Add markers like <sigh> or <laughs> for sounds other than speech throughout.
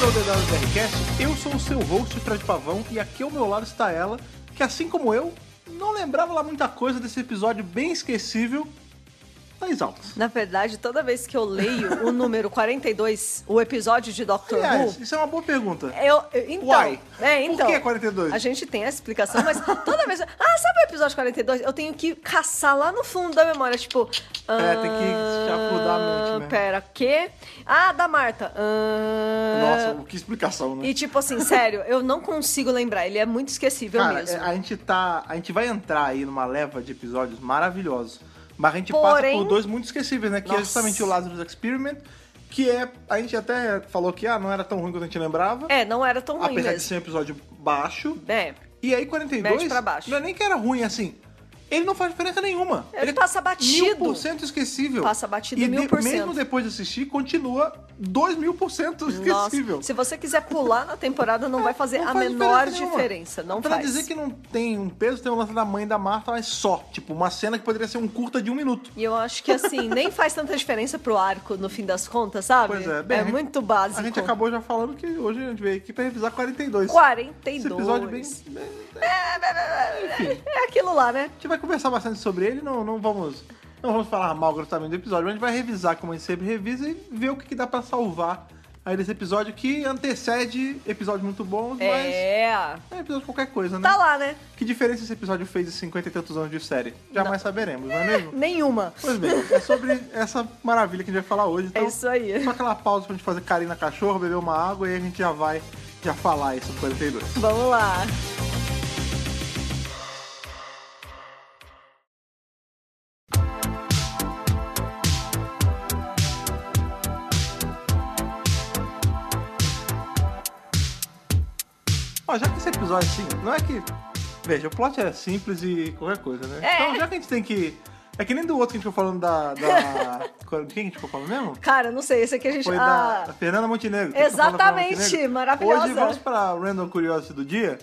Convidados da RCast. Eu sou o seu host, Fred Pavão, e aqui ao meu lado está ela, que assim como eu, não lembrava lá muita coisa desse episódio bem esquecível, Thaís Alves. Na verdade, toda vez que eu leio o número 42, o episódio de Doctor Aliás, Who. isso é uma boa pergunta. Eu, eu- então, Why? É, então, Por que 42? A gente tem a explicação, mas toda vez. <laughs> Ah, sabe o episódio 42? Eu tenho que caçar lá no fundo da memória, tipo. É, tem que chafurdar a mente, né? Pera, quê? Ah, da Marta. Ah, Nossa, que explicação, né? E tipo assim, sério, eu não consigo lembrar. Ele é muito esquecível Cara, mesmo. é, a gente tá. A gente vai entrar aí numa leva de episódios maravilhosos. Mas a gente Porém- passa por dois muito esquecíveis, né? Que é Nossa. justamente o Lazarus Experiment, que é. A gente até falou que ah, não era tão ruim quanto a gente lembrava. É, não era tão ruim apesar de mesmo. ser um episódio baixo. É. E aí 42. Mete pra baixo. Não é nem que era ruim assim. Ele não faz diferença nenhuma. Ele passa batido. Mil por cento esquecível. Passa batido e de- 1000%. mesmo depois de assistir, continua dois mil por cento esquecível. Nossa, se você quiser pular na temporada, não vai fazer É, Não a faz menor nenhuma. diferença. Não pra faz. dizer que não tem um peso, tem o lance da mãe da Marta, mas só. Tipo, uma cena que poderia ser um curta de um minuto. E eu acho que assim, nem faz tanta diferença pro arco no fim das contas, sabe? Pois é, bem, a gente- muito básico. A gente acabou já falando que hoje a gente veio aqui pra revisar 42. Esse 42. episódio bem... É aquilo lá, né? A gente vai conversar bastante sobre ele, não, não vamos... Não vamos falar mal gratuitamente do episódio, mas a gente vai revisar como a gente sempre revisa e ver o que, que dá pra salvar aí desse episódio que antecede episódios muito bons, É. mas é episódio de qualquer coisa, né? Tá lá, né? Que diferença esse episódio fez de 50 e tantos anos de série? Jamais saberemos, não é mesmo? Nenhuma. Pois bem, é sobre essa maravilha que a gente vai falar hoje. Então, É isso aí. Só aquela pausa pra gente fazer carinho na cachorro, beber uma água e a gente já vai já falar isso no 42. Vamos lá. Ó, já que esse episódio assim, não é que. Veja, o plot é simples e qualquer coisa, né? É. Então já que a gente tem que. É que nem do outro que a gente ficou falando da. <laughs> da... qual- De quem a gente ficou falando mesmo? Cara, não sei, esse aqui a gente. Foi ah, da Fernanda Montenegro. que a gente ficou falando da Fernanda Exatamente, Montenegro. maravilhosa. Hoje vamos para Random Curiosity do dia.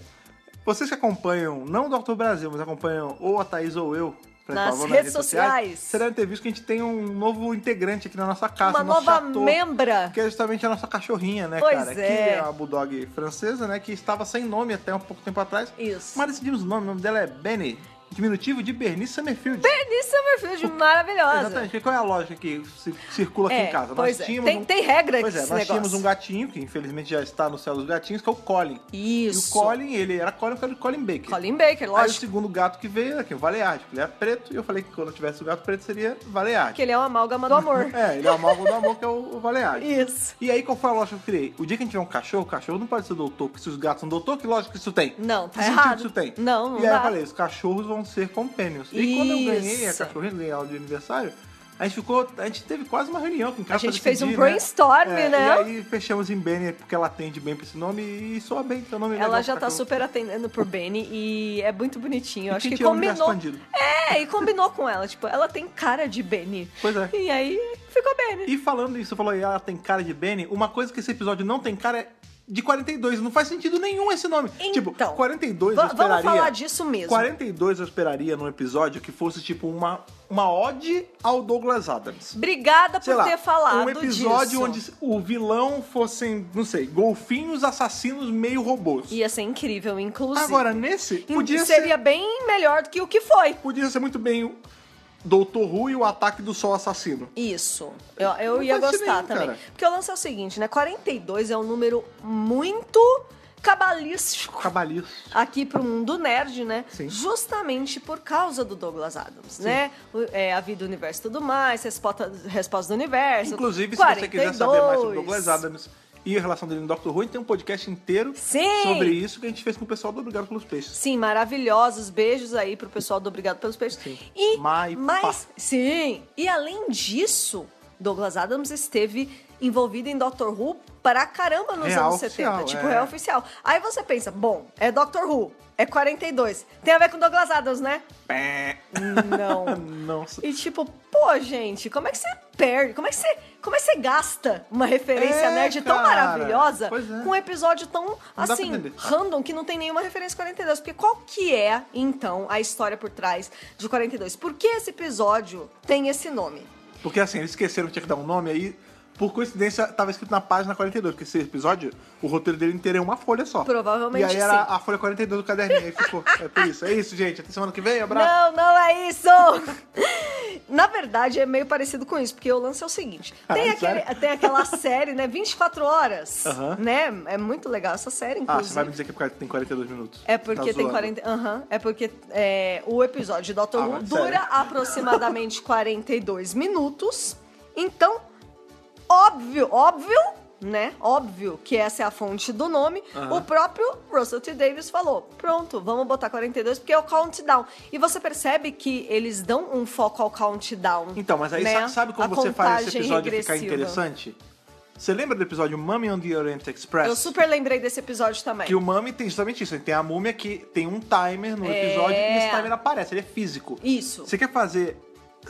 Vocês que acompanham, não o Dr. Brasil, mas acompanham ou a Thaís ou eu, por Nas favor, redes sociais. vocês devem ter visto que a gente tem um novo integrante aqui na nossa casa. uma no nosso nova chateau, membra. Que é justamente a nossa cachorrinha, né, Pois cara? Que é. é a Bulldog francesa, né? Que estava sem nome até um pouco tempo atrás. Isso. Mas decidimos o nome, o nome dela é Benny. Diminutivo de Bernice Summerfield. Bernice Summerfield, maravilhosa. Exatamente, porque qual é a lógica que ci- circula aqui É, em casa? pois nós é. tínhamos Tem- um... tem regra Pois é, esse nós negócio. tínhamos um gatinho, que infelizmente já está no céu dos gatinhos, que é o Colin. E o Isso. Colin, ele era Colin por causa de Colin Baker. Colin Baker, Aí o lógico. segundo gato que veio era aqui, o Valearde, que ele era preto, e eu falei que quando eu tivesse o gato preto seria Que Valearde. ele é uma amálgama <laughs> do amor. É, ele é o amálgama do amor, que é o o Valearde. Isso. E aí, qual foi a lógica que eu criei? O dia que a gente tiver um cachorro, o cachorro não pode ser doutor, porque se os gatos são doutor, que lógica que isso tem? Não, tá que errado. sentido isso tem? Não, não E aí eu dá. falei, os cachorros vão ser companions. E quando eu ganhei a Isso. cachorrinha, ganhei ela de aniversário, a gente ficou, a gente teve quase uma reunião com o cara A gente pra fez um decidir, brainstorm, É, né? E aí fechamos em Benny, porque ela atende bem pra esse nome e soa bem, seu nome é legal Ela já pro tá cachorro. super atendendo por Benny e é muito bonitinho. Eu E acho quem que tinha o universo combinou. expandido? É, e combinou com ela. Tipo, ela tem cara de Benny. Pois é. E aí ficou Benny. E falando isso, você falou, e ela tem cara de Benny, uma coisa que esse episódio não tem cara é de 42, não faz sentido nenhum esse nome. Então, tipo, 42 eu Va- vamos esperaria... falar disso mesmo. 42 eu esperaria num episódio que fosse tipo uma, uma ode ao Douglas Adams. Obrigada Sei por lá, ter falado um episódio disso. onde o vilão fossem, não sei, golfinhos assassinos meio robôs. Ia ser incrível, inclusive. Agora, nesse, E podia Seria ser, bem melhor do que o que foi. podia ser muito bem o Doutor Who e o ataque do sol assassino. Isso. Eu, eu Não ia faz gostar nenhum, também. cara. Porque o lance é o seguinte, né? 42 é um número muito cabalístico. Cabalhos. aqui pro mundo nerd, né? Sim. Justamente por causa do Douglas Adams, né? O- é, a vida do universo e tudo mais, resposta, resposta do universo. Inclusive, se você quiser saber mais sobre o Douglas Adams e a relação dele no Doctor Who, a gente tem um podcast inteiro Sim! sobre isso que a gente fez com o pessoal do Obrigado pelos Peixes. Sim, maravilhosos. Beijos aí pro pessoal do Obrigado pelos Peixes. Sim. E Mai, mas pá. sim, e além disso, Douglas Adams esteve envolvido em Doctor Who pra caramba nos Real anos 70, oficial, tipo é. real oficial. Aí você pensa, bom, é Doctor Who, é 42. Tem a ver com Douglas Adams, né? Pé. <laughs> Não. Nossa. E tipo, pô, gente, como é que você perde? Como é que você, como é que você gasta uma referência É, nerd tão cara. maravilhosa Pois é. com um episódio tão, dá pra assim, entender. random que não tem nenhuma referência 42? Porque qual que é, então, a história por trás de 42? Por que esse episódio tem esse nome? Porque assim, eles esqueceram que tinha que dar um nome aí. Por coincidência, tava escrito na página 42, porque esse episódio, o roteiro dele inteiro é uma folha só. Provavelmente E aí era sim. a folha 42 do caderninho, aí ficou. É por isso. É isso, gente. Até semana que vem, abraço. Não, não é isso! <laughs> Na verdade, é meio parecido com isso, porque o lance é o seguinte: tem, Ah, aquele- sério? tem aquela série, né? 24 horas, Aham. né? É muito legal essa série, Ah, você inclusive. vai me dizer que é porque tem 42 minutos. É porque Tá tem zoando. 40. Aham, é porque é, o episódio de Dr. Ah, Who mas dura sério? <laughs> aproximadamente 42 minutos. Então, óbvio, óbvio, né? Óbvio que essa é a fonte do nome. Aham. O próprio Russell T. Davis falou: pronto, vamos botar 42 porque é o countdown. E você percebe que eles dão um foco ao countdown. Então, mas aí né? sa- sabe como A você faz esse contagem episódio ficar regressiva. interessante? Você lembra do episódio Mummy on the Orient Express? Eu super lembrei desse episódio também. Que o Mami tem justamente isso. Tem a múmia que tem um timer no É. episódio e esse timer aparece, ele é físico. Isso. Você quer fazer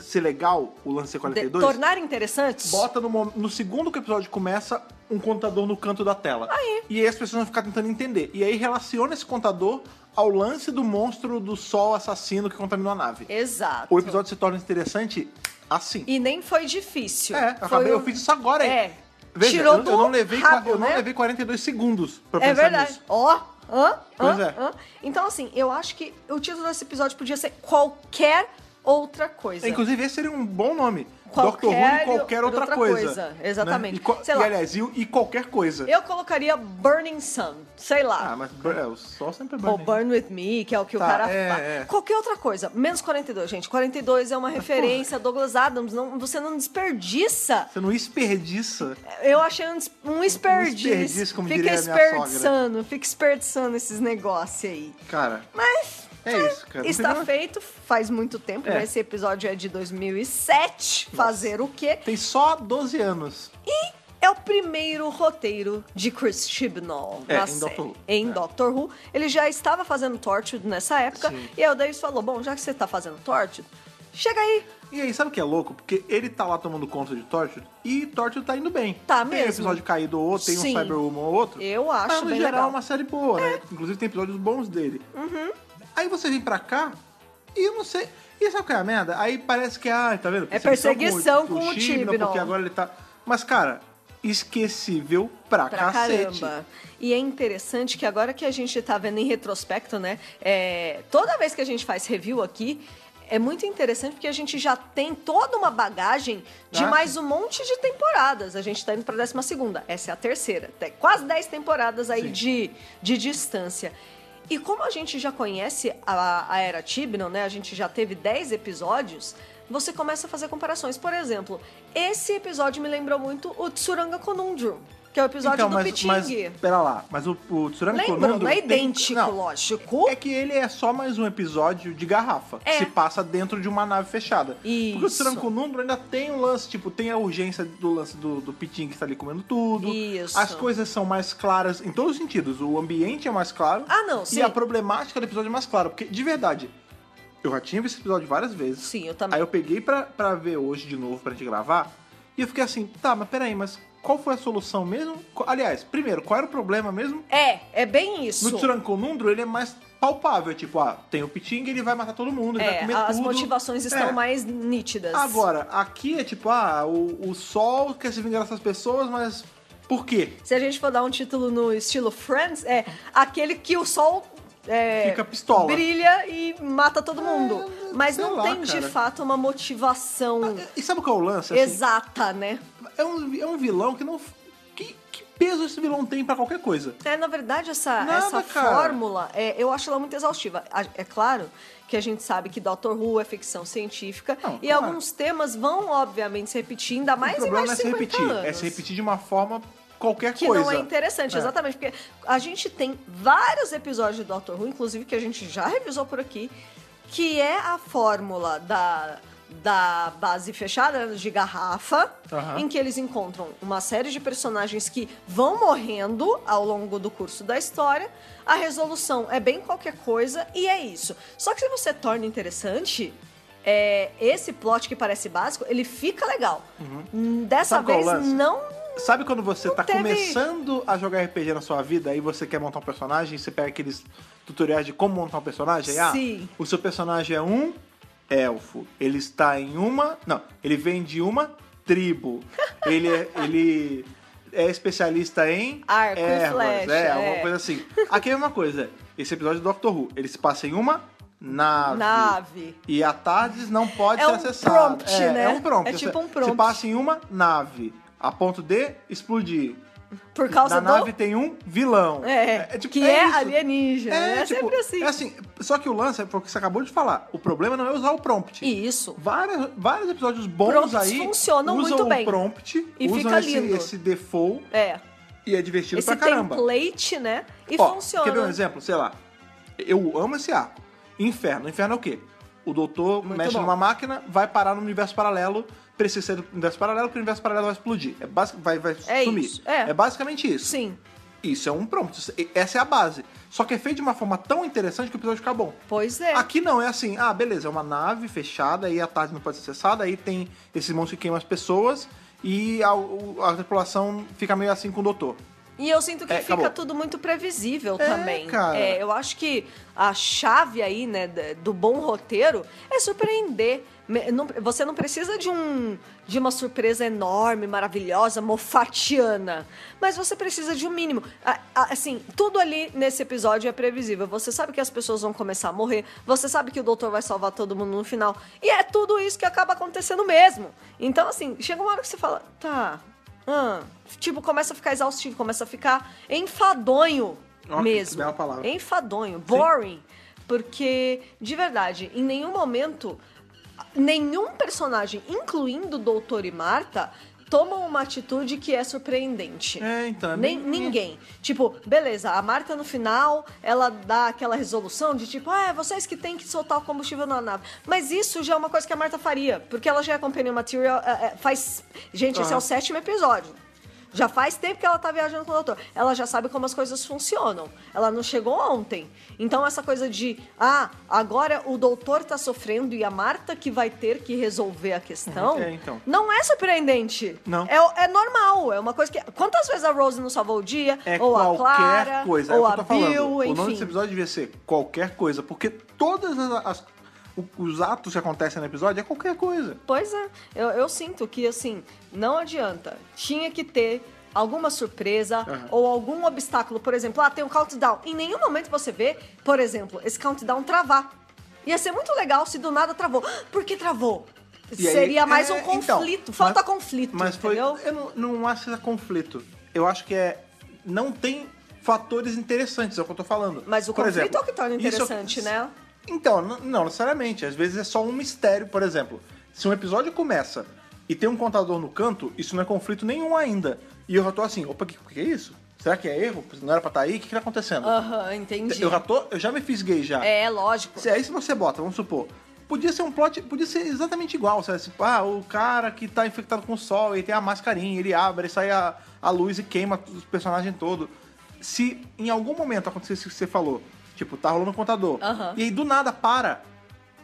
ser legal o lance De- 42? tornar interessante? Bota no, mo- no segundo que o episódio começa um contador no canto da tela. Aí. E aí as pessoas vão ficar tentando entender. E aí relaciona esse contador ao lance do monstro do sol assassino que contaminou a nave. Exato. O episódio se torna interessante assim. E nem foi difícil. É, Foi acabei, eu um- fiz isso agora aí. É. Veja, Tirou eu, eu do não levei, qua- rabo, eu né? não levei 42 segundos pra É pensar verdade. nisso. Ó, hã? Pois hã, é. hã. Então, assim, eu acho que o título desse episódio podia ser qualquer outra coisa. Inclusive, esse seria um bom nome. é. Qualquer Doctor Who e qualquer outra, outra coisa. coisa, exatamente. né? E, co- Sei e, lá. aliás, e, e qualquer coisa. Eu colocaria Burning Sun, sei lá. Ah, mas bur- é, o sol sempre é Ou burning. Burn With Me, que é o que o Tá, cara é, faz. é. Tá Qualquer outra coisa. Menos 42, gente. 42 é uma referência. Douglas Adams, não, você não desperdiça. Você não esperdiça. Eu achei um, des- um desperdício. desperdício, como fica diria a minha sogra. desperdiçando, fica desperdiçando esses negócios aí. Cara, Mas né, é isso, cara. Não Está tem, nada- feito, faz muito tempo, É. né? Esse episódio é de 2007. Fazer o quê? tem só 12 anos. E é o primeiro roteiro de Chris Chibnall É, na em série. Doctor Who. Em É. Doctor Who. Ele já estava fazendo Torchwood nessa época. Sim. E aí o Davis falou, bom, já que você está fazendo Torchwood, chega aí. E aí, sabe o que é louco? Porque ele tá lá tomando conta de Torture e Torture tá indo bem. Tá tem mesmo. um episódio caído ou outro, tem Sim. um Cyberwoman ou outro. Eu acho Mas, no bem geral, legal. Uhum. é uma série boa, né? Inclusive, tem episódios bons dele. Aí você vem pra cá e eu não sei... E sabe o que é a merda? Aí parece que, ah, tá vendo? É perseguição com o Chibnall, Chibnall. Porque agora ele tá... Mas, cara, esquecível pra, Pra cacete. caramba. E é interessante que agora que a gente tá vendo em retrospecto, né? é, toda vez que a gente faz review aqui, é muito interessante porque a gente já tem toda uma bagagem de Ah, mais um monte de temporadas. A gente tá indo pra 12 segunda, essa é a terceira. Tem quase 10 temporadas aí Sim. de, de distância. E como a gente já conhece a, a Era Tibnon, né? A gente já teve 10 episódios. Você começa a fazer comparações. Por exemplo, esse episódio me lembrou muito o Tsuranga Conundrum, que é o episódio episódio Então, do mas, mas, Pitingue. pera lá, mas o, o Tsunami Lembra? Konundo Não é tem- idêntico, não, lógico. É que ele é só mais um episódio de garrafa. Uhum. É. Que se passa dentro de uma nave fechada. Porque o Isso. Tsurankunundo ainda tem um lance, tipo, tem a urgência do lance do, do Pitin que está ali comendo tudo. Isso. As coisas são mais claras em todos os sentidos. O ambiente é mais claro. Ah, não, sim. E a problemática do episódio é mais clara. Porque, de verdade, eu já tinha visto esse episódio várias vezes. Sim, eu também. Aí eu peguei pra, pra ver hoje de novo pra gente gravar. E eu fiquei assim, tá, mas peraí, mas qual foi a solução mesmo? Qu- Aliás, primeiro, qual era o problema mesmo? É, é bem isso. No Tsuranconundro ele é mais palpável, tipo, ah, tem o Piting, ele vai matar todo mundo, ele vai É, comer as tudo. motivações É. estão mais nítidas. Agora, aqui é tipo, ah, o, o sol quer se vingar dessas pessoas, mas por quê? Se a gente for dar um título no estilo Friends, é aquele que o sol. é, Fica pistola. Brilha e mata todo mundo. É, Mas sei não lá, tem de cara. fato uma motivação E sabe qual é o lance? assim? exata, né? é, um, é um vilão que não... Que, que peso esse vilão tem pra qualquer coisa? É, na verdade, essa, Nada, essa cara. fórmula, é, eu acho ela muito exaustiva. A- É claro que a gente sabe que Doctor Who é ficção científica Não, e claro. alguns temas vão, obviamente, se repetir, ainda mais o em problema mais de é se 50 repetir. anos. É se repetir de uma forma qualquer Que coisa. não é interessante, É. exatamente, porque a gente tem vários episódios de Doctor Who, inclusive que a gente já revisou por aqui, que é a fórmula da, da base fechada né, de garrafa, Aham. em que eles encontram uma série de personagens que vão morrendo ao longo do curso da história. A resolução é bem qualquer coisa e é isso. Só que se você torna interessante. é, esse plot que parece básico, ele fica legal. Hum, Dessa Sabe qual é o vez, lance? não Sabe quando você tá teve- começando a jogar RPG na sua vida e você quer montar um personagem, você pega aqueles tutoriais de como montar um personagem? Ah, Sim. o seu personagem é um elfo. Ele está em uma. Não, ele vem de uma <laughs> tribo. Ele é, ele é especialista em Arco e ervas, flecha, é, é. alguma coisa assim. Aqui é uma coisa. Esse episódio do Doctor Who, ele se passa em uma nave. Nave. E a TARDIS não pode É ser um acessada. prompt, é, né? É um prompt. É tipo um Se prompt. passa em uma nave, a ponto de explodir. Por Na causa do. nave tem um vilão. É, tipo, que é, isso. alienígena. É, tipo, sempre assim. É assim. Só que o lance é porque você acabou de falar. O problema não é usar o prompt. Isso. Várias, vários episódios bons Prompts aí funcionam usam muito bem. o prompt, E usam fica esse, lindo. esse default É. e é divertido Esse pra caramba. template, né? E Ó, funciona. Quer ver um exemplo? Sei lá. Eu amo esse arco. Inferno. Inferno é o quê? O doutor Muito mexe bom. numa máquina, vai parar no universo paralelo, precisa ser do universo paralelo, porque o universo paralelo vai explodir. É basic, vai, vai É sumir. isso, é. basicamente isso. Sim. Isso é um prompt. isso- Essa é a base. Só que é feito de uma forma tão interessante que o episódio fica bom. Pois é. Aqui não, é assim, ah, beleza, é uma nave fechada, aí a tarde não pode ser acessada, aí tem esses monstros que queimam as pessoas e a, o- a tripulação fica meio assim com o doutor. E eu sinto que É, fica acabou. tudo muito previsível É, também. cara. É, eu acho que a chave aí, né, da- do bom roteiro é surpreender. Me- não- Você não precisa de um de uma surpresa enorme, maravilhosa, mofatiana. Mas você precisa de um mínimo. A- a- Assim, tudo ali nesse episódio é previsível. Você sabe que as pessoas vão começar a morrer, você sabe que o doutor vai salvar todo mundo no final. E é tudo isso que acaba acontecendo mesmo. Então, assim, chega uma hora que você fala, tá, ah, tipo, começa a ficar exaustivo, começa a ficar enfadonho Ó, que mesmo. bela palavra. Enfadonho, boring. Porque, de verdade, em nenhum momento, nenhum personagem, incluindo o Doutor e Marta, tomam uma atitude que é surpreendente. É, então, é Nem, bem- ninguém. Tipo, beleza, a Marta no final, ela dá aquela resolução de tipo, ah, é vocês que têm que soltar o combustível na nave. Mas isso já é uma coisa que a Marta faria, porque ela já é Companion Material, é, é, faz... Gente, esse é Aham. o sétimo episódio. Já faz tempo que ela tá viajando com o doutor. Ela já sabe como as coisas funcionam. Ela não chegou ontem. Então, essa coisa de, ah, agora o doutor tá sofrendo e a Marta que vai ter que resolver a questão. Uhum, é, então. Não é surpreendente. Não. É, o- é normal. É uma coisa que. Quantas vezes a Rose não salvou o dia? É ou a qualquer Clara, coisa. ou é o que a eu tô falando. Bill, O nome desse enfim. episódio devia ser qualquer coisa, porque todas as- as- o- os atos que acontecem no episódio é qualquer coisa. Pois é, eu, eu sinto que assim, não adianta. Tinha que ter alguma surpresa Aham. ou algum obstáculo. Por exemplo, ah, tem um countdown. Em nenhum momento você vê, por exemplo, esse countdown travar. Ia ser muito legal se do nada travou. Ah, Por que travou? E aí- Seria mais é, um então, conflito. Falta mas- conflito, Mas foi. entendeu? Eu não, não acho que é conflito. Eu acho que é. Não tem fatores interessantes, é o que eu tô falando. Mas o Por conflito exemplo, é o que torna isso é o que- interessante, né? Então, n- não necessariamente. Às vezes é só um mistério, por exemplo. Se um episódio começa e tem um contador no canto, isso não é conflito nenhum ainda. E eu já tô assim, opa, o que, que é isso? Será que é erro? Não era pra estar aí? O que, que tá acontecendo? Aham, Ah, entendi. eu, já tô, eu já me fiz gay já. É, lógico. Se- Aí se você bota, vamos supor, podia ser um plot, podia ser exatamente igual, sabe? Tipo, ah, o cara que tá infectado com o sol, ele tem a mascarinha, ele abre, sai a, a luz e queima os personagens todo. Se em algum momento acontecesse o que você falou, tipo, tá rolando um contador, Aham. e aí do nada para,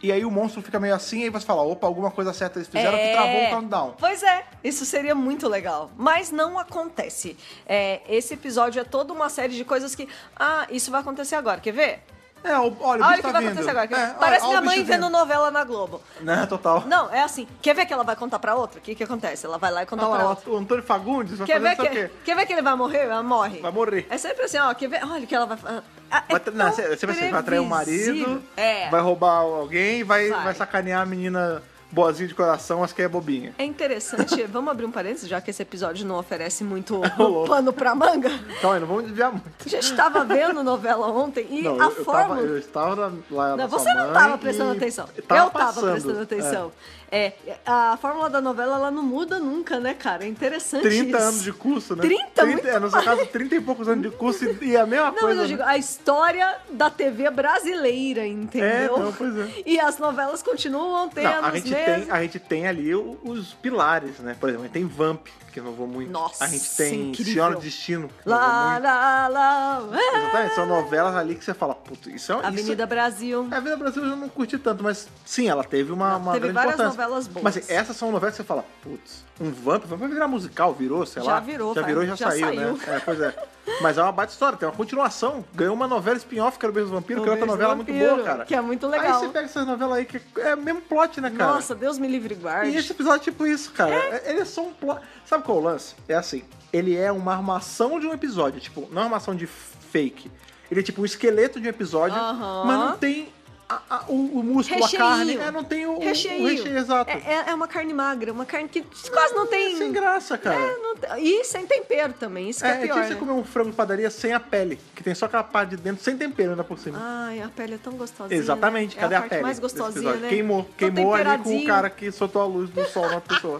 e aí o monstro fica meio assim, e aí você fala, opa, alguma coisa certa eles fizeram É. que travou o countdown. Pois é, isso seria muito legal. Mas não acontece. É, esse episódio é toda uma série de coisas que. Ah, isso vai acontecer agora, quer ver? É, o- olha, o bicho Olha o tá que vai vindo. acontecer agora. quer ver? É, olha, Parece olha minha o mãe bicho vendo vindo. novela na Globo. Né, total. Não, é assim. Quer ver que ela vai contar pra outra? O que, que acontece? Ela vai lá e conta Olha pra Tá lá, outra. o Antônio Fagundes vai Quer fazer ver, isso que, o quê? quer ver que ele vai morrer? Ela morre. Vai morrer. É sempre assim, ó. Quer ver? Olha o que ela vai. fa- Ah, é Vai, tra- não, tão você, você vai- você vai trair o marido, previsível. É. vai roubar alguém, vai, Vai. vai. sacanear a menina boazinha de coração, acho que é bobinha. É interessante, vamos abrir um parênteses, já que esse episódio não <laughs> oferece muito louco. pano pra manga. Calma aí, Então, não vamos desviar muito. A gente tava vendo novela ontem e não, a eu, eu fórmula. tava, eu estava na- lá na Não, sua você não mãe tava prestando e atenção. Tava eu tava passando. prestando É. atenção. É. a fórmula da novela ela não muda nunca, né, cara? É interessante 30 isso. anos de curso, né? 30? é, no seu caso, 30 e poucos anos de curso e, e a mesma Não, mas coisa. né? eu digo, a história da TV brasileira, entendeu? É, não, pois é. E as novelas continuam tendo Não, a os gente, mesmos. tem, a gente tem ali o- os pilares, né? Por exemplo, a gente tem Vamp, que eu não vou muito. Nossa, a gente tem incrível. Senhora do Destino, que eu não vou Lá, muito. lá, lá. é. Exatamente, são novelas ali que você fala, puto, isso é isso- Avenida Brasil. É, A Vida Brasil eu não curti tanto, mas sim, ela teve uma, Não, uma teve grande várias importância. novelas boas. Mas assim, essas são novelas que você fala, putz, um vamp, vamp vai virar musical, virou, sei Já lá. virou, Já cara, virou, já, já saiu, saiu. né? É, pois é. Mas é uma baita história, tem uma continuação. Ganhou uma novela spin-off, que era o Beijo do Vampiro, O que era outra Beijo do novela muito Vampiro, boa, cara. que é muito Aí legal. você pega essas novelas aí que é o mesmo plot, né, cara? Nossa, Deus me livre e guarde. E esse episódio é tipo isso, cara. É- Ele é só um plot. Sabe qual é o lance? É assim. Ele é uma armação de um episódio. Tipo, não é uma armação de fake. Ele é tipo um esqueleto de um episódio, Aham. mas não tem a- a- o, o músculo, Recheio. a carne. É, não tem o o recheio. recheio exato. É É, é- é uma carne magra, uma carne que quase não tem. Sem graça, cara. É, não tem- E sem tempero também, isso que É, é, é, pior. que você né? comer um frango de padaria sem a pele, que tem só aquela parte de dentro, sem tempero ainda por cima. Ai, a pele é tão gostosinha. Exatamente, né? cadê é a, a, parte pele? mais desse gostosinha, episódio? né? Queimou, Tão queimou ali com o temperadinho. cara que soltou a luz do sol na <laughs> pessoa.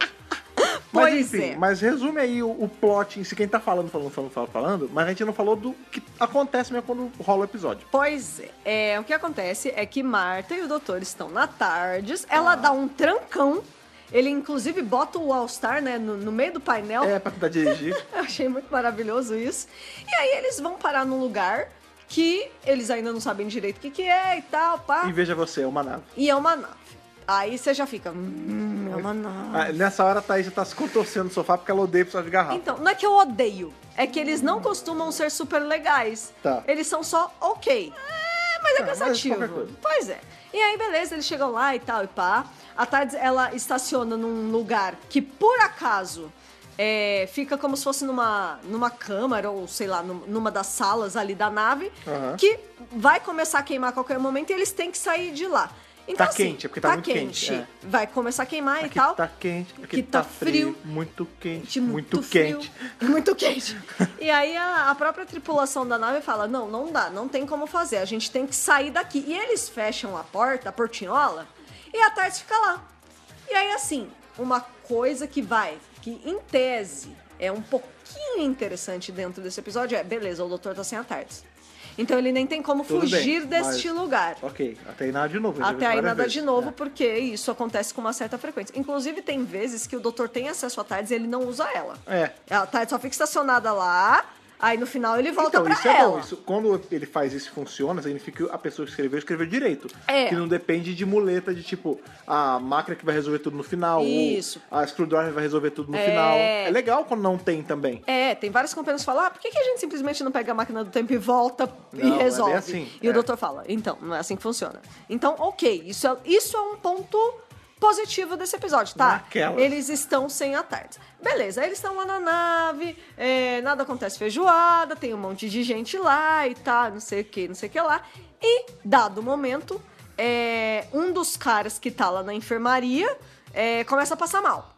mas Pois enfim, é. mas resume aí o, o plot em si, quem tá falando, falando, falando, falando, falando, mas a gente não falou do que acontece mesmo quando rola o episódio. Pois é, é, o que acontece é que Marta e o doutor estão na Tardes, Ah. ela dá um trancão, ele inclusive bota o All-Star né, no, no meio do painel, É, pra tentar dirigir. <laughs> eu achei muito maravilhoso isso. E aí eles vão parar num lugar que eles ainda não sabem direito o que, que é e tal, pá, e veja você, é uma nave. e é uma nave. Aí você já fica, hum, é uma nave. Ah, nessa hora a Thaís já tá se contorcendo no sofá porque ela odeia precisar de garrafa. Então, não é que eu odeio, é que eles não costumam ser super legais. Tá. Eles são só ok. É, mas é Ah, mas cansativo. qualquer coisa. pois é. E aí, beleza, eles chegam lá e tal, e pá. A tarde ela estaciona num lugar que, por acaso, é, fica como se fosse numa, numa câmara ou, sei lá, num- numa das salas ali da nave, Aham. que vai começar a queimar a qualquer momento e eles têm que sair de lá. Então, Tá assim, quente, é porque tá muito quente, é. Vai começar a queimar e aqui tal. tá quente, aqui, Aqui tá, tá frio. frio, muito quente, Gente, muito, frio, quente. Muito <laughs> quente. E aí a, a própria tripulação da nave fala: não, não dá, não tem como fazer, a gente tem que sair daqui. E eles fecham a porta, a portinhola, e a Tars fica lá. E aí, assim, uma coisa que vai, que em tese é um pouquinho interessante dentro desse episódio é: beleza, o doutor tá sem a Tars. Então ele nem tem como Tudo bem, fugir deste mas- lugar. Ok, até aí nada de novo. já vi Até aí várias nada vezes. de novo, É. porque isso acontece com uma certa frequência. Inclusive, tem vezes que o doutor tem acesso a TARDIS e ele não usa ela. É. A TARDIS só fica estacionada lá, aí no final ele volta então, pra isso é ela. bom. Isso, quando ele faz isso e funciona, significa que a pessoa que escreveu, escreveu direito. É. Que não depende de muleta de tipo, a máquina que vai resolver tudo no final. Isso. Ou a screwdriver vai resolver tudo no É. final. É legal quando não tem também. É, tem vários companheiros que falam, ah, por que, que a gente simplesmente não pega a máquina do tempo e volta Não, e é resolve? bem assim, e é. o doutor fala, então, não é assim que funciona. Então, ok, isso é, isso é um ponto positivo desse episódio, tá? Naquelas. Eles estão sem a tarde. Beleza, aí eles estão lá na nave, é, nada acontece feijoada, tem um monte de gente lá e tá, não sei o que, não sei o que lá. E, dado o momento, é, um dos caras que tá lá na enfermaria é, começa a passar mal.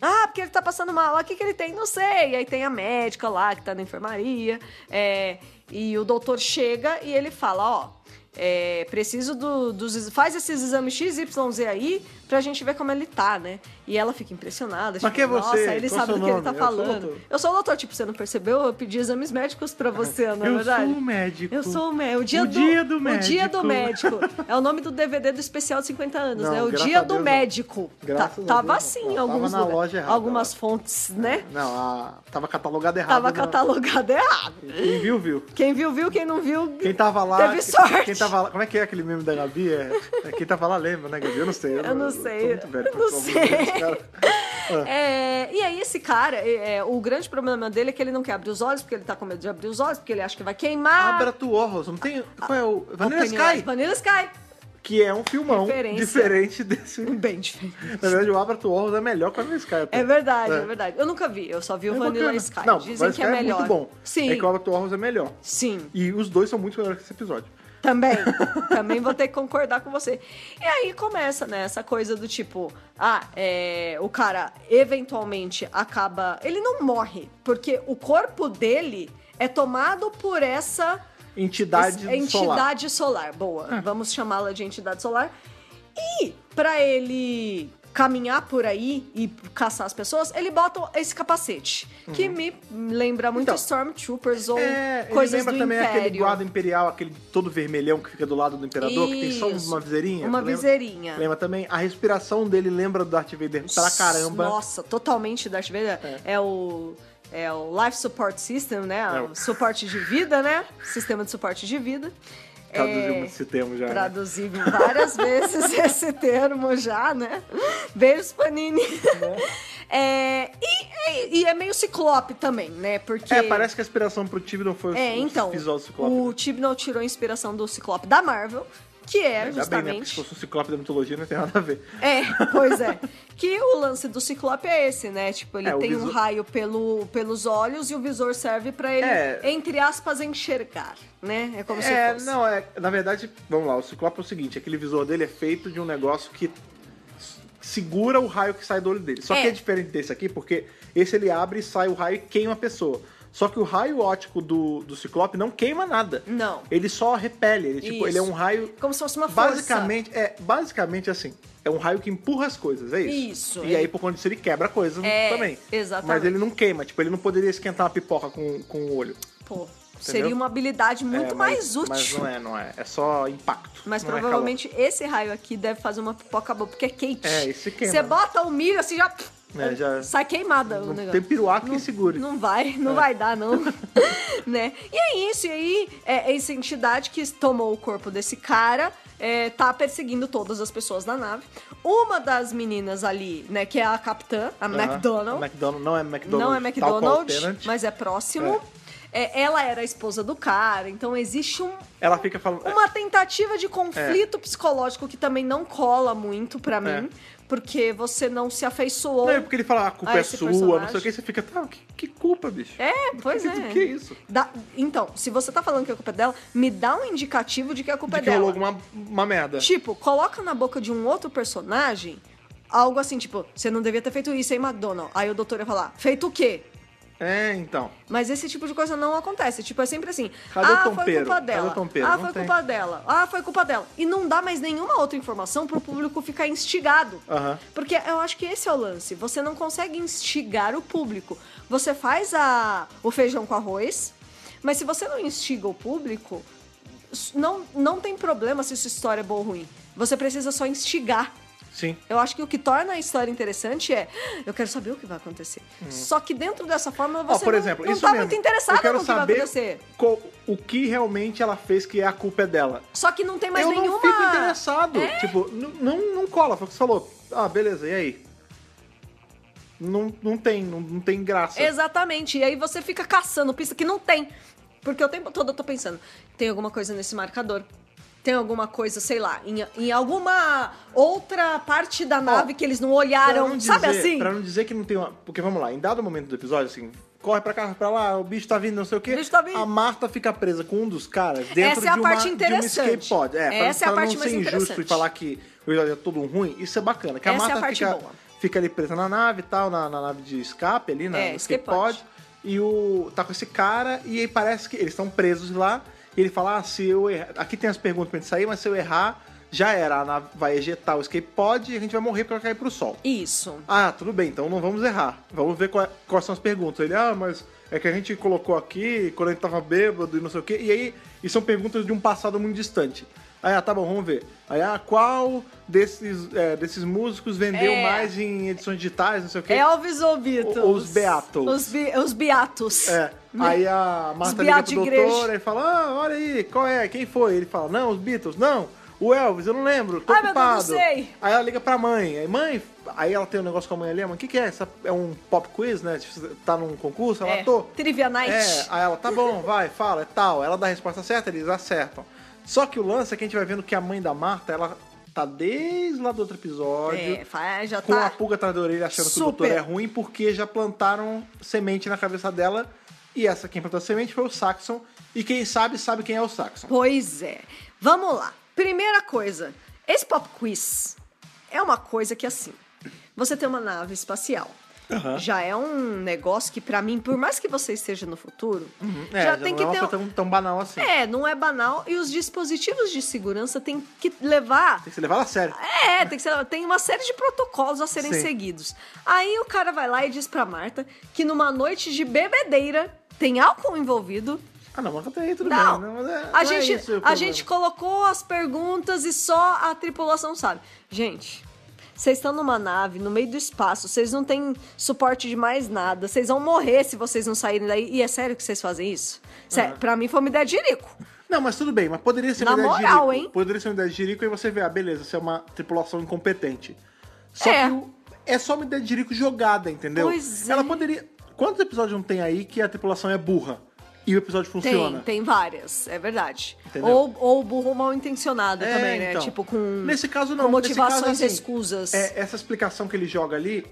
Ah, porque ele tá passando mal. Ah, O que, que ele tem? Não sei. E aí tem a médica lá que tá na enfermaria. é, e o doutor chega e ele fala: Ó, é, preciso do- dos. ex- Faz esses exames XYZ aí pra gente ver como ele tá, né? E ela fica impressionada. Mas tipo, quem é Nossa, você? ele Qual sabe seu do que ele nome? tá Eu sou o falando. doutor." eu sou o doutor, tipo, você não percebeu? Eu pedi exames médicos pra você, não é Eu verdade? sou o médico. Eu sou o médico. O dia, O dia do O dia do médico. médico. <laughs> É o nome do DVD do especial de 50 anos, Não, né? O graças dia a do Deus, não. médico. Graças a Deus, tava não. assim em Tá, Tava alguns na lugares. loja errada, algumas lá. fontes, né? Não, a- tava catalogado errado. Tava não. catalogado errado. Quem viu, viu. Quem viu, viu. Quem não viu, Quem tava lá. teve sorte. Quem tava lá. Como é que é aquele meme da Gabi? É, é, quem tava lá lembra, né, Gabi? Eu não sei. Eu não sei. tô muito velho Eu pra não falar sei. sobre isso, <laughs> cara. Ah. É, e aí, esse cara, é, é, o grande problema dele é que ele não quer abrir os olhos, porque ele tá com medo de abrir os olhos, porque ele acha que vai queimar. Abra tu Horrors. Não tem. Qual é o. Vanilla Pennywise, Sky, Vanilla Sky. que é um filmão Referência. diferente desse Um Bem diferente. Na verdade, o Abra to Horrors é melhor que o Vanilla Sky. até. É verdade, é. É. verdade. Eu nunca vi, eu só vi o É Vanilla bacana. Sky. Não, Dizem Vanilla que é Sky melhor. muito bom. Sim, É que o Abra to Horrors é melhor. sim. E os dois são muito melhores que esse episódio. Também, também vou ter que concordar com você. E aí começa, né, essa coisa do tipo, ah, é, o cara eventualmente acaba. Ele não morre, porque o corpo dele é tomado por essa Entidade, Hum. essa solar. entidade solar. Boa, vamos chamá-la de entidade solar. E pra ele caminhar por aí e caçar as pessoas, ele bota esse capacete, que me lembra muito Uhum. Então, Stormtroopers ou É, ele coisas lembra do também Império. aquele guarda imperial, aquele todo vermelhão que fica do lado do imperador, que tem só Isso. uma viseirinha. Uma lembra? viseirinha. Lembra também? A respiração dele lembra do Darth Vader pra caramba. Nossa, totalmente Darth Vader. É, o. É o Life Support System, né? É o- O <laughs> Suporte de vida, né? Sistema de suporte de vida. Traduziu É, muito esse termo já. né? Traduzi <laughs> várias vezes esse termo já, né? Beijos, Panini. <laughs> É, e É, e é meio ciclope também, né? Porque. É, parece que a inspiração pro Tibnon foi É, o então. visual do Ciclope. né? O Tibnall tirou a inspiração do Ciclope da Marvel, que era Ainda bem, né? Porque se justamente. fosse o Ciclope da mitologia, não tem nada a ver. É, pois é. Que o lance do Ciclope é esse, né? Tipo, ele É, o tem um visor- raio pelo, pelos olhos e o visor serve pra ele, É. entre aspas, enxergar, né? É é, como se fosse. não, é. Na verdade, vamos lá, o Ciclope é o seguinte: aquele visor dele é feito de um negócio que s- segura o raio que sai do olho dele. Só É. que é diferente desse aqui, porque esse ele abre e sai o raio e queima a pessoa. Só que o raio ótico do, do Ciclope não queima nada. Não. Ele só repele. Ele, tipo, Isso. ele é um raio. Como se fosse uma força. Basicamente, é basicamente assim. É um raio que empurra as coisas, é isso. Isso, E ele- aí, por conta disso, ele quebra coisas É, também. exatamente. Mas ele não queima, tipo, ele não poderia esquentar uma pipoca com, com o olho. Pô, seria uma habilidade É, muito mas- mais útil. Mas não é, não é. É só impacto. Mas não é provavelmente esse raio aqui deve fazer uma pipoca boa, porque é quente. É, esse queima, Você né? bota o milho assim, já, É, já- sai queimada calor. o Não negócio. tem piruá que segure. Não vai, não vai dar, não. <laughs> né? E é isso, e aí é, essa entidade que tomou o corpo desse cara é, tá perseguindo todas as pessoas na nave. Uma das meninas ali, né, que é a capitã, a Aham. McDonald, McDonald não é McDonald. não tal é qual o McDonald's, Tennant. mas é próximo. É, ela era a esposa do cara, então existe um, Ela fica falando. é, uma tentativa de conflito psicológico que também não cola muito pra mim, porque você não se afeiçoou. É. Não, é porque ele fala, ah, a culpa Ah, é esse sua, não sei o personagem. que. Você fica, tá, que, que culpa, bicho? É, pois que, é. Que é isso? Dá- então, se você tá falando que a culpa é dela, me dá um indicativo de que a culpa De é que dela. rolou alguma uma merda. Tipo, coloca na boca de um outro personagem algo assim, tipo, você não devia ter feito isso, hein, McDonald? Aí o doutor ia falar, feito o quê? É, então. Mas esse tipo de coisa não acontece. Tipo, é sempre assim. Cadê o ah, foi tompeiro? culpa Cadê dela. o tompeiro? Ah, Não foi tem. culpa dela. Ah, foi culpa dela. E não dá mais nenhuma outra informação pro público ficar instigado. Aham. Porque eu acho que esse é o lance. Você não consegue instigar o público. Você faz a, o feijão com arroz, mas se você não instiga o público, s- não, não tem problema se sua história é boa ou ruim. Você precisa só instigar. Sim. Eu acho que o que torna a história interessante é eu quero saber o que vai acontecer. Só que dentro dessa forma Hum. Ó, você por não, exemplo, não isso tá mesmo. muito Eu interessado quero no que saber vai acontecer. qual- o que realmente ela fez que é a culpa é dela. Só que não tem mais eu nenhuma. É. não fico interessado. Tipo, n- não, não cola. Foi o que você falou. Ah, beleza, e aí? Não, não tem, não, não tem graça. Exatamente. E aí você fica caçando pista que não tem. Porque o tempo todo eu tô pensando, tem alguma coisa nesse marcador? Tem alguma coisa, sei lá, em, em alguma outra parte da nave que eles não Pra olharam, não dizer, sabe assim? Pra não dizer que não tem uma... Porque, vamos lá, em dado momento do episódio, assim... Corre pra cá, pra lá, o bicho tá vindo, não sei o quê. O bicho tá vindo. A Marta fica presa com um dos caras dentro Essa é a de, uma, parte de um interessante. escape pod. É, pra- Essa é a pra parte não mais ser injusto e interessante. falar que o episódio é todo ruim, isso é bacana. Que a Essa é a Marta parte fica, boa. fica ali presa na nave e tal, na, na nave de escape ali, na, É, no escape escape pod. pod. E o, tá com esse cara e aí parece que eles estão presos lá. E ele fala, ah, se eu errar... Aqui tem as perguntas pra gente sair, mas se eu errar, já era. A nave vai ejetar o escape pod e a gente vai morrer porque vai cair pro sol. Isso. Ah, tudo bem, então não vamos errar. Vamos ver qual- é- quais são as perguntas. Ele, ah, mas é que a gente colocou aqui quando ele tava bêbado e não sei o quê. E aí, e são perguntas de um passado muito distante. Aí, ah, tá bom, vamos ver. Aí, ah, qual desses, é, desses músicos vendeu É. mais em edições digitais, não sei o quê? Elvis ou Beatles? O- os Beatles. Os, bi- os Beatos. É. Aí a Marta Os liga beatos pro de doutor igreja. e fala, ah, olha aí, qual é, quem foi? Ele fala, não, os Beatles, não, o Elvis, eu não lembro, tô Ai, meu Deus, ocupado. não sei. Aí ela liga pra mãe, aí mãe, aí ela tem um negócio com a mãe ali, mãe, o que que é? Essa é um pop quiz, né? Tipo, você Tá num concurso? Ela É, tô. Trivia Night. É, aí ela, tá bom, vai, fala, é tal. Ela dá a resposta certa, eles acertam. Só que o lance é que a gente vai vendo que a mãe da Marta, ela tá desde lá do outro episódio É, fa- já com a tá. pulga atrás da orelha achando que o Super. doutor é ruim porque já plantaram semente na cabeça dela. E essa quem plantou a semente foi o Saxon. E quem sabe, sabe quem é o Saxon. Pois é. Vamos lá. Primeira coisa, esse pop quiz é uma coisa que assim, você tem uma nave espacial. Aham. Já é um negócio que pra mim, por mais que você esteja no futuro, É, já tem não que é uma ter coisa um- tão, tão banal assim. é, não é banal e os dispositivos de segurança tem que levar Tem que ser levado a sério. é, tem, que ser- tem uma série de protocolos a serem Sim. seguidos. Aí o cara vai lá e diz pra Marta que numa noite de bebedeira tem álcool envolvido. Ah, não, mas até aí tudo Não, bem. né? Mas é- a, não é gente, isso o a problema. gente colocou as perguntas e só a tripulação sabe. Gente, vocês estão numa nave, no meio do espaço, vocês não têm suporte de mais nada, vocês vão morrer se vocês não saírem daí. E é sério que vocês fazem isso? Sério, pra mim foi uma ideia de rico. Não, mas tudo bem, mas poderia ser Na uma ideia de moral, jirico. hein? Poderia ser uma ideia de jirico e você vê, ah, beleza, você é uma tripulação incompetente. Só É. que o- é só me Dirico jogada, entendeu? Pois é. Ela poderia. Quantos episódios não tem aí que a tripulação é burra e o episódio funciona? Tem, tem várias, é verdade. Entendeu? Ou, ou burro mal intencionado É, também, né? então. Tipo, com, Nesse caso, não. com Nesse caso, motivações assim, escusas. é, essa explicação que ele joga ali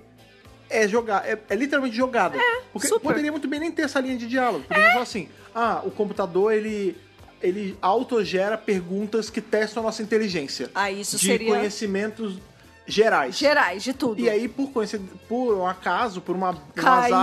é jogar, é, é literalmente jogada. É, Porque super. É. poderia muito bem nem ter essa linha de diálogo. Por exemplo, assim, ah, o computador ele ele autogera perguntas que testam a nossa inteligência. Ah, isso de seria- conhecimentos gerais. Gerais, de tudo. E é aí, por coincidência, por um acaso, por uma um azar,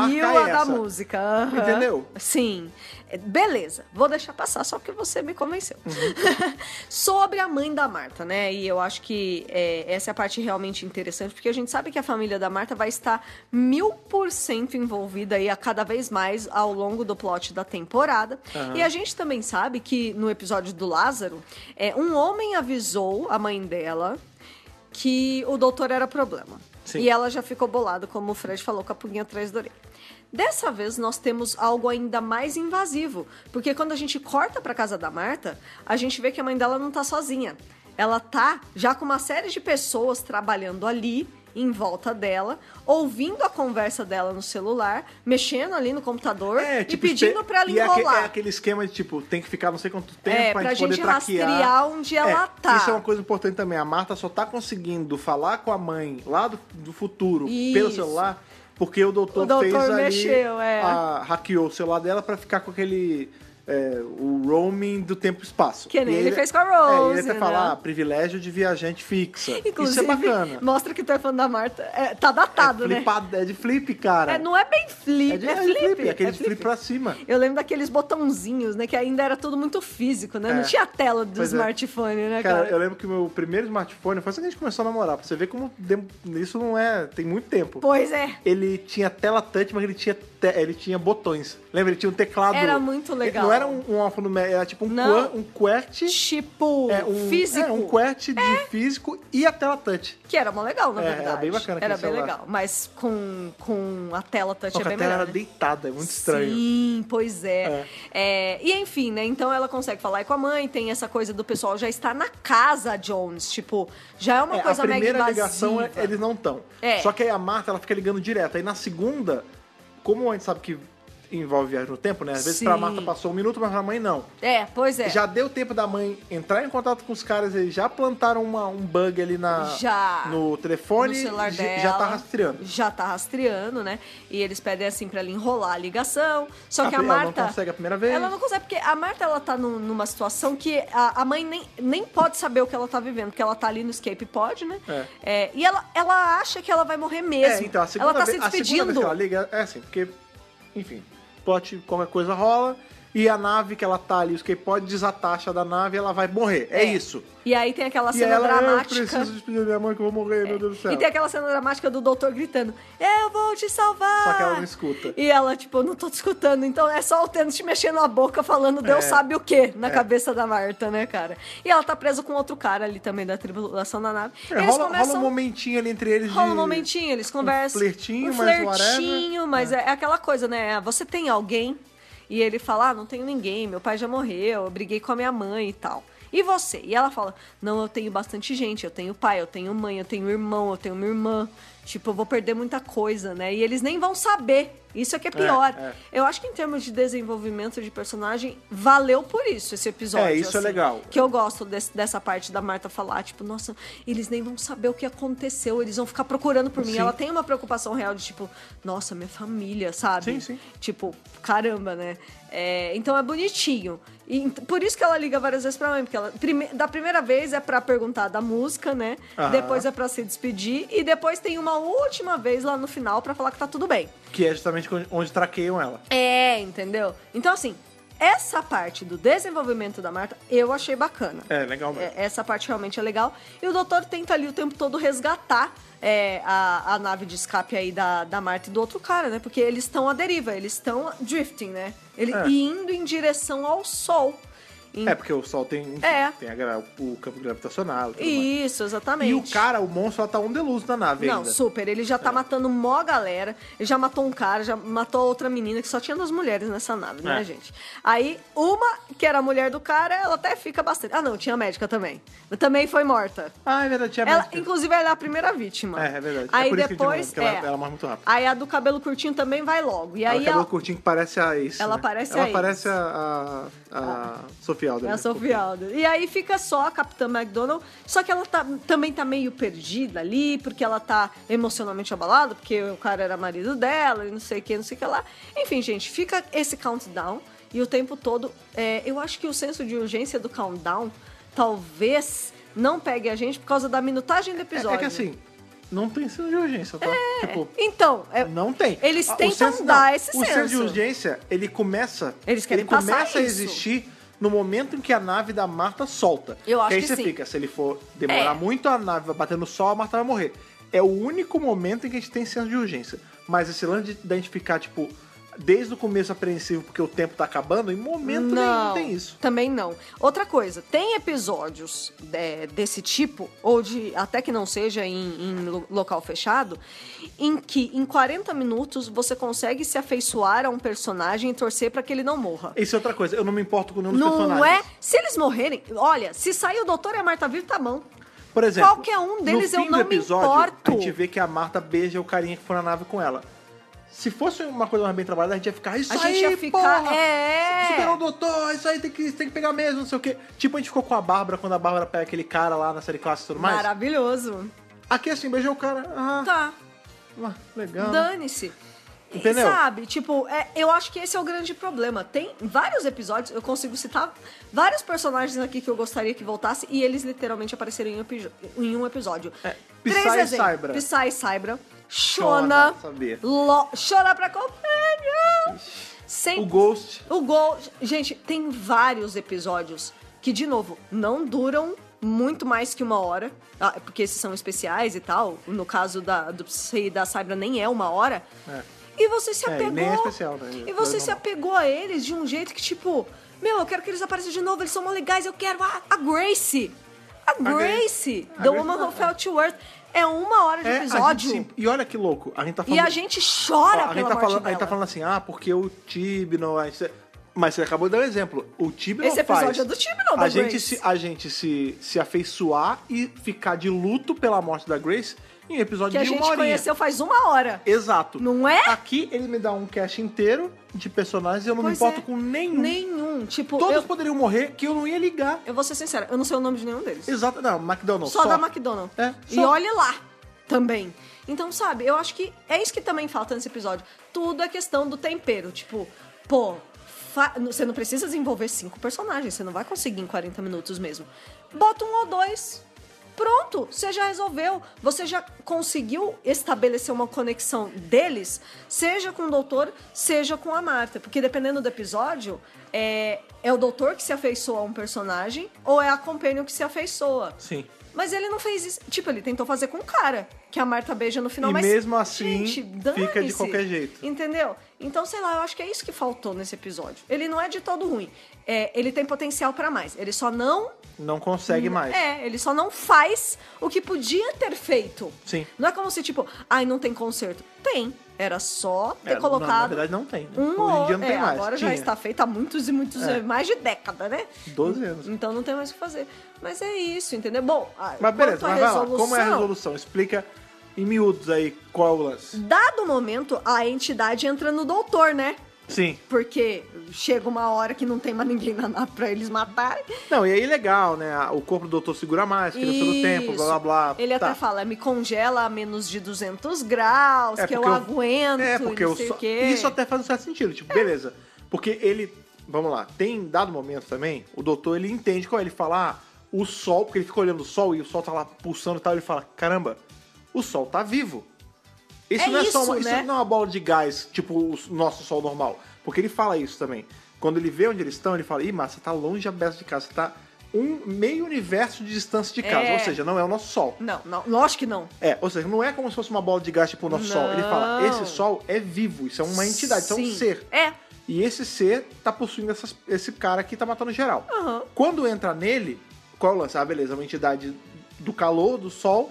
Caiu cai a da essa. música. aham. Entendeu? Sim. É, Beleza, vou deixar passar só porque você me convenceu. Uhum. <laughs> Sobre a mãe da Marta, né? E eu acho que é, essa é a parte realmente interessante, porque a gente sabe que a família da Marta vai estar mil por cento envolvida aí a cada vez mais ao longo do plot da temporada. Aham. E a gente também sabe que no episódio do Lázaro, é, um homem avisou a mãe dela que o doutor era problema. Sim. E ela já ficou bolada, como o Fred falou, com a pulguinha atrás da orelha. Dessa vez, nós temos algo ainda mais invasivo, porque quando a gente corta pra casa da Marta, a gente vê que a mãe dela não tá sozinha. Ela tá já com uma série de pessoas trabalhando ali, em volta dela, ouvindo a conversa dela no celular, mexendo ali no computador É, tipo, e pedindo espe- pra ela e é aque- enrolar. É aquele esquema de tipo, tem que ficar não sei quanto tempo É, pra, pra gente gente poder traquear. rastrear onde ela É, tá. Isso é uma coisa importante também. A Marta só tá conseguindo falar com a mãe lá do, do futuro pelo Isso. celular porque o doutor, O doutor fez ali, mexeu, é. a- hackeou o celular dela pra ficar com aquele... é, o roaming do tempo e espaço. Que nem E ele fez com a é, e Rose, ele até né? fala, ah, privilégio de viajante fixa. Isso Inclusive, é <laughs> bacana. mostra que tu é fã da Marta. É, tá datado, é, né? flipado, é de flip, cara. É, não é bem flip, É é, de, flip. é aquele é de flip flip. pra cima. Eu lembro daqueles botãozinhos, né? Que ainda era tudo muito físico, né? É. Não tinha a tela do Pois é. smartphone, né, cara? Cara, eu lembro que o meu primeiro smartphone foi assim que a gente começou a namorar, pra você ver como dem- isso não é. tem muito tempo. Pois é. Ele tinha tela touch, mas ele tinha, te- ele tinha botões. Lembra? Ele tinha um teclado. Era muito legal. Não era um, um alfanumérico, era tipo um, Não. quan- um QWERT. Tipo, é, um, físico. É, um QWERT de físico e a tela touch. Que era mó legal, na É, era verdade. bem bacana Era aquele bem celular. legal. Mas com, com a tela touch Só que é bem a tela melhor. era né? deitada, é muito estranho. Sim, pois é. É, E enfim, né? Então ela consegue falar aí com a mãe, tem essa coisa do pessoal já está na casa Jones, tipo, já é uma É, coisa a primeira mega ligação é- invasiva. eles não estão. É. Só que aí a Marta ela fica ligando direto. Aí na segunda, como a gente sabe que envolve viagem no tempo, né? Às vezes Sim. pra Marta passou um minuto, mas pra mãe não. É, pois é. Já deu tempo da mãe entrar em contato com os caras, eles já plantaram uma- um bug ali na, Já. no telefone, no celular já, dela. já tá rastreando. Já tá rastreando, né? E eles pedem assim pra ela enrolar a ligação. Só que a Ah, ela Marta. não consegue a primeira vez. Ela não consegue, porque a Marta ela tá num- numa situação que a, a mãe nem, nem pode saber o que ela tá vivendo, porque ela tá ali no escape pod, né? É, e ela, ela acha que ela vai morrer É, mesmo. então, a segunda ela tá vez, se a segunda vez despedindo. que ela liga, é assim, porque, enfim, plot, qualquer coisa rola, e a nave que ela tá ali, os que pode desatacha da nave, ela vai morrer. É, É. isso. E aí tem aquela E cena ela, "Ah, dramática. É. eu preciso despedir minha mãe que eu vou morrer, meu Deus do céu. E tem aquela cena dramática do doutor gritando: Eu vou te salvar! Só que ela não escuta. E ela, tipo, não tô te escutando. Então é só o Thanos te mexendo a boca, falando Deus É. sabe o quê na cabeça da Marta, né, cara? E ela tá presa com outro cara ali também da tripulação da nave. É, Eles rola, rola começam. um momentinho ali entre eles rola de... um momentinho, eles conversam. flertinho, um mas whatever. flertinho, mas é. é aquela coisa, né? Você tem alguém? E ele fala: ah, não tenho ninguém, meu pai já morreu, eu briguei com a minha mãe e tal. E você? E ela fala: não, eu tenho bastante gente, eu tenho pai, eu tenho mãe, eu tenho irmão, eu tenho minha irmã. Tipo, eu vou perder muita coisa, né? E eles nem vão saber. Isso é que é pior. é. Eu acho que em termos de desenvolvimento de personagem, valeu por isso esse episódio. É, isso é assim. legal. Que eu gosto desse- dessa parte da Marta falar, tipo, nossa, eles nem vão saber o que aconteceu, eles vão ficar procurando por mim. Sim. Ela tem uma preocupação real de, tipo, nossa, minha família, sabe? Sim, sim. Tipo, caramba, né? É, então é bonitinho. E ent- por isso que ela liga várias vezes pra mãe, porque ela, prime- da primeira vez é pra perguntar da música, né? Aham. Depois é pra se despedir. E depois tem uma última vez lá no final pra falar que tá tudo bem. Que é justamente onde traqueiam ela. É, entendeu? Então, assim, essa parte do desenvolvimento da Marta eu achei bacana. É, legal mesmo. É, essa parte realmente é legal. E o doutor tenta ali o tempo todo resgatar é, a, a nave de escape aí da, da Marta e do outro cara, né? Porque eles estão à deriva, eles estão drifting, né? Ele É. indo em direção ao sol. É, porque o Sol tem, enfim, É. tem a gra- o campo gravitacional. e tudo mais. Isso, exatamente. E o cara, o monstro, ela tá um deluz na nave Não, ainda. super. Ele É. já tá matando mó galera. Ele já matou um cara, já matou outra menina, que só tinha duas mulheres nessa nave, né, É. gente? Aí, uma, que era a mulher do cara, ela até fica bastante. Ah, não, tinha a médica também. Também foi morta. Ah, é verdade, tinha Ela, médica. inclusive, ela é a primeira vítima. É, é verdade. Aí é por isso depois. que, eu digo, que é. ela, ela morre muito rápido. Aí a do cabelo curtinho também vai logo. E Ela é um aí acabou ela, ela... curtinho que parece a isso. Ela né? parece ela a Ace. parece a, a, a Sophie Alder. É né? a Sophie Alder. E aí fica só a Capitã McDonald, só que ela tá- também tá meio perdida ali, porque ela tá emocionalmente abalada, porque o cara era marido dela e não sei o que, não sei o que lá. Enfim, gente, fica esse countdown e o tempo todo. é, eu acho que o senso de urgência do countdown talvez não pegue a gente por causa da minutagem do É, episódio. é que assim, não tem sino de urgência, tá? Tipo, Então, é- não tem. Eles Ah, o tentam senso- dar esse O senso de senso. urgência, ele começa... Eles querem ele passar começa a isso. existir no momento em que a nave da Marta solta. Eu acho aí que você sim. fica, se ele for demorar É. muito, a nave vai bater no sol, a Marta vai morrer. É o único momento em que a gente tem senso de urgência. Mas esse lance de identificar, tipo, desde o começo apreensivo, porque o tempo tá acabando, em momento nenhum tem isso. Também não. Outra coisa, tem episódios é, desse tipo, ou de até que não seja em, em lo- local fechado, em que em 40 minutos você consegue se afeiçoar a um personagem e torcer pra que ele não morra. Isso é outra coisa, eu não me importo com nenhum dos Não personagens. é? Se eles morrerem, olha, se sair o doutor e a Marta viva, tá bom. Por exemplo, Qualquer um deles, no eu fim não do me episódio, importo. A gente vê que a Marta beija o carinha que foi na nave com ela. Se fosse uma coisa mais bem trabalhada, a gente ia ficar, isso A aí, gente ia ficar. porra! é. Superou o doutor, isso aí tem que, tem que pegar mesmo, não sei o quê. Tipo, a gente ficou com a Bárbara quando a Bárbara pega aquele cara lá na série clássica e tudo mais. Maravilhoso. Aqui assim, beijou o cara. Ah, Tá. ah, legal. né? Dane-se. Entendeu? Sabe, tipo, é, eu acho que esse é o grande problema. Tem vários episódios, eu consigo citar vários personagens aqui que eu gostaria que voltasse e eles literalmente apareceram em, um epi- em um episódio. É, Três Psy e exemplos. Saibra. Psy e Saibra. Shona, Shona. sabia. Lo, Shona pra companhia. Sem, O Ghost. o gol. Gente, tem vários episódios que, de novo, não duram muito mais que uma hora, ah, porque esses são especiais e tal. No caso da, do Psy e da Saibra, nem é uma hora. É. E você se É, e apegou. nem é especial, né? E você Dois se normal. apegou a eles de um jeito que, tipo, meu, eu quero que eles apareçam de novo, eles são mó legais, eu quero a, a Grace. A Grace, Grace. The A Woman Grace Who tá- Fell to Earth. É uma hora de É, a gente episódio. se- e olha que louco, a gente tá falando. E a gente chora Ó, a, pela gente tá morte falando, a dela. gente tá falando assim, ah, porque o Tibno. a gente- Mas você acabou de dar um exemplo. O Tibno Esse faz. episódio é do Tibno, da a gente Grace. se A gente se, se afeiçoar e ficar de luto pela morte da Grace em episódio Que a de uma gente horinha. conheceu faz uma hora. Exato. Não é? Aqui ele me dá um cast inteiro de personagens e eu não Pois me importo é. com nenhum. Nenhum. Tipo, Todos eu, poderiam morrer que eu não ia ligar. eu vou ser sincera, eu não sei o nome de nenhum deles. Exato. Não, McDonald's. só, da McDonald's. É, e só. olhe lá também. Então, sabe, eu acho que é isso que também falta nesse episódio. Tudo é questão do tempero. Tipo, pô, fa- você não precisa desenvolver cinco personagens, você não vai conseguir em 40 minutos mesmo. Bota um ou dois. Pronto, você já resolveu. Você já conseguiu estabelecer uma conexão deles, seja com o doutor, seja com a Marta. Porque dependendo do episódio, é, é o doutor que se afeiçoa a um personagem ou é a companion que se afeiçoa. Sim. Mas ele não fez isso. Tipo, ele tentou fazer com o cara, que a Marta beija no final, E mas. mesmo assim, gente, fica de dane-se. qualquer jeito. Entendeu? Então, sei lá, eu acho que é isso que faltou nesse episódio. Ele não é de todo ruim. É, ele tem potencial pra mais. Ele só não. Não consegue mais. É, ele só não faz o que podia ter feito. Sim. Não é como se, tipo, ai, não tem conserto. Tem. Era só ter É, não, colocado. na verdade, não tem. né? Um Hoje em ou- dia não é, tem mais. Agora já Tinha. está feito há muitos e muitos É. anos, mais de década, né? 12 anos. Então não tem mais o que fazer. Mas é isso, entendeu? Bom, a- Mas beleza, quanto à mas vai lá. resolução, Como é a resolução? Explica em miúdos aí qual é o lance. Dado o momento, a entidade entra no doutor, né? Sim. Porque chega uma hora que não tem mais ninguém na nave pra eles matarem. Não, e aí legal, né? O corpo do doutor segura mais, fica pelo tempo, Isso. blá blá blá. Ele Tá. até fala, me congela a menos de 200 graus, que É, eu, porque aguento, É, porque e não eu sei só- o quê. É. Isso até faz um certo sentido, tipo, beleza. Porque ele, vamos lá, tem dado momento também, o doutor ele entende qual é, ele fala, ah, o sol, porque ele fica olhando o sol e o sol tá lá pulsando e tal, ele fala, caramba, o sol tá vivo. Isso É não é só isso, uma, né? isso não é uma bola de gás, tipo o s- nosso sol normal. Porque ele fala isso também. Quando ele vê onde eles estão, ele fala, ih, mas você tá longe a beça de casa, você tá um meio universo de distância de casa, É. ou seja, não é o nosso sol. Não, não, lógico que não. É, ou seja, não é como se fosse uma bola de gás tipo o nosso Não. sol. Ele fala, esse sol é vivo, isso é uma entidade, isso é um Sim. ser. É, E esse C tá possuindo essas- esse cara que tá matando geral. Aham. Quando entra nele, qual é o lance? Ah, beleza, é uma entidade do calor, do sol,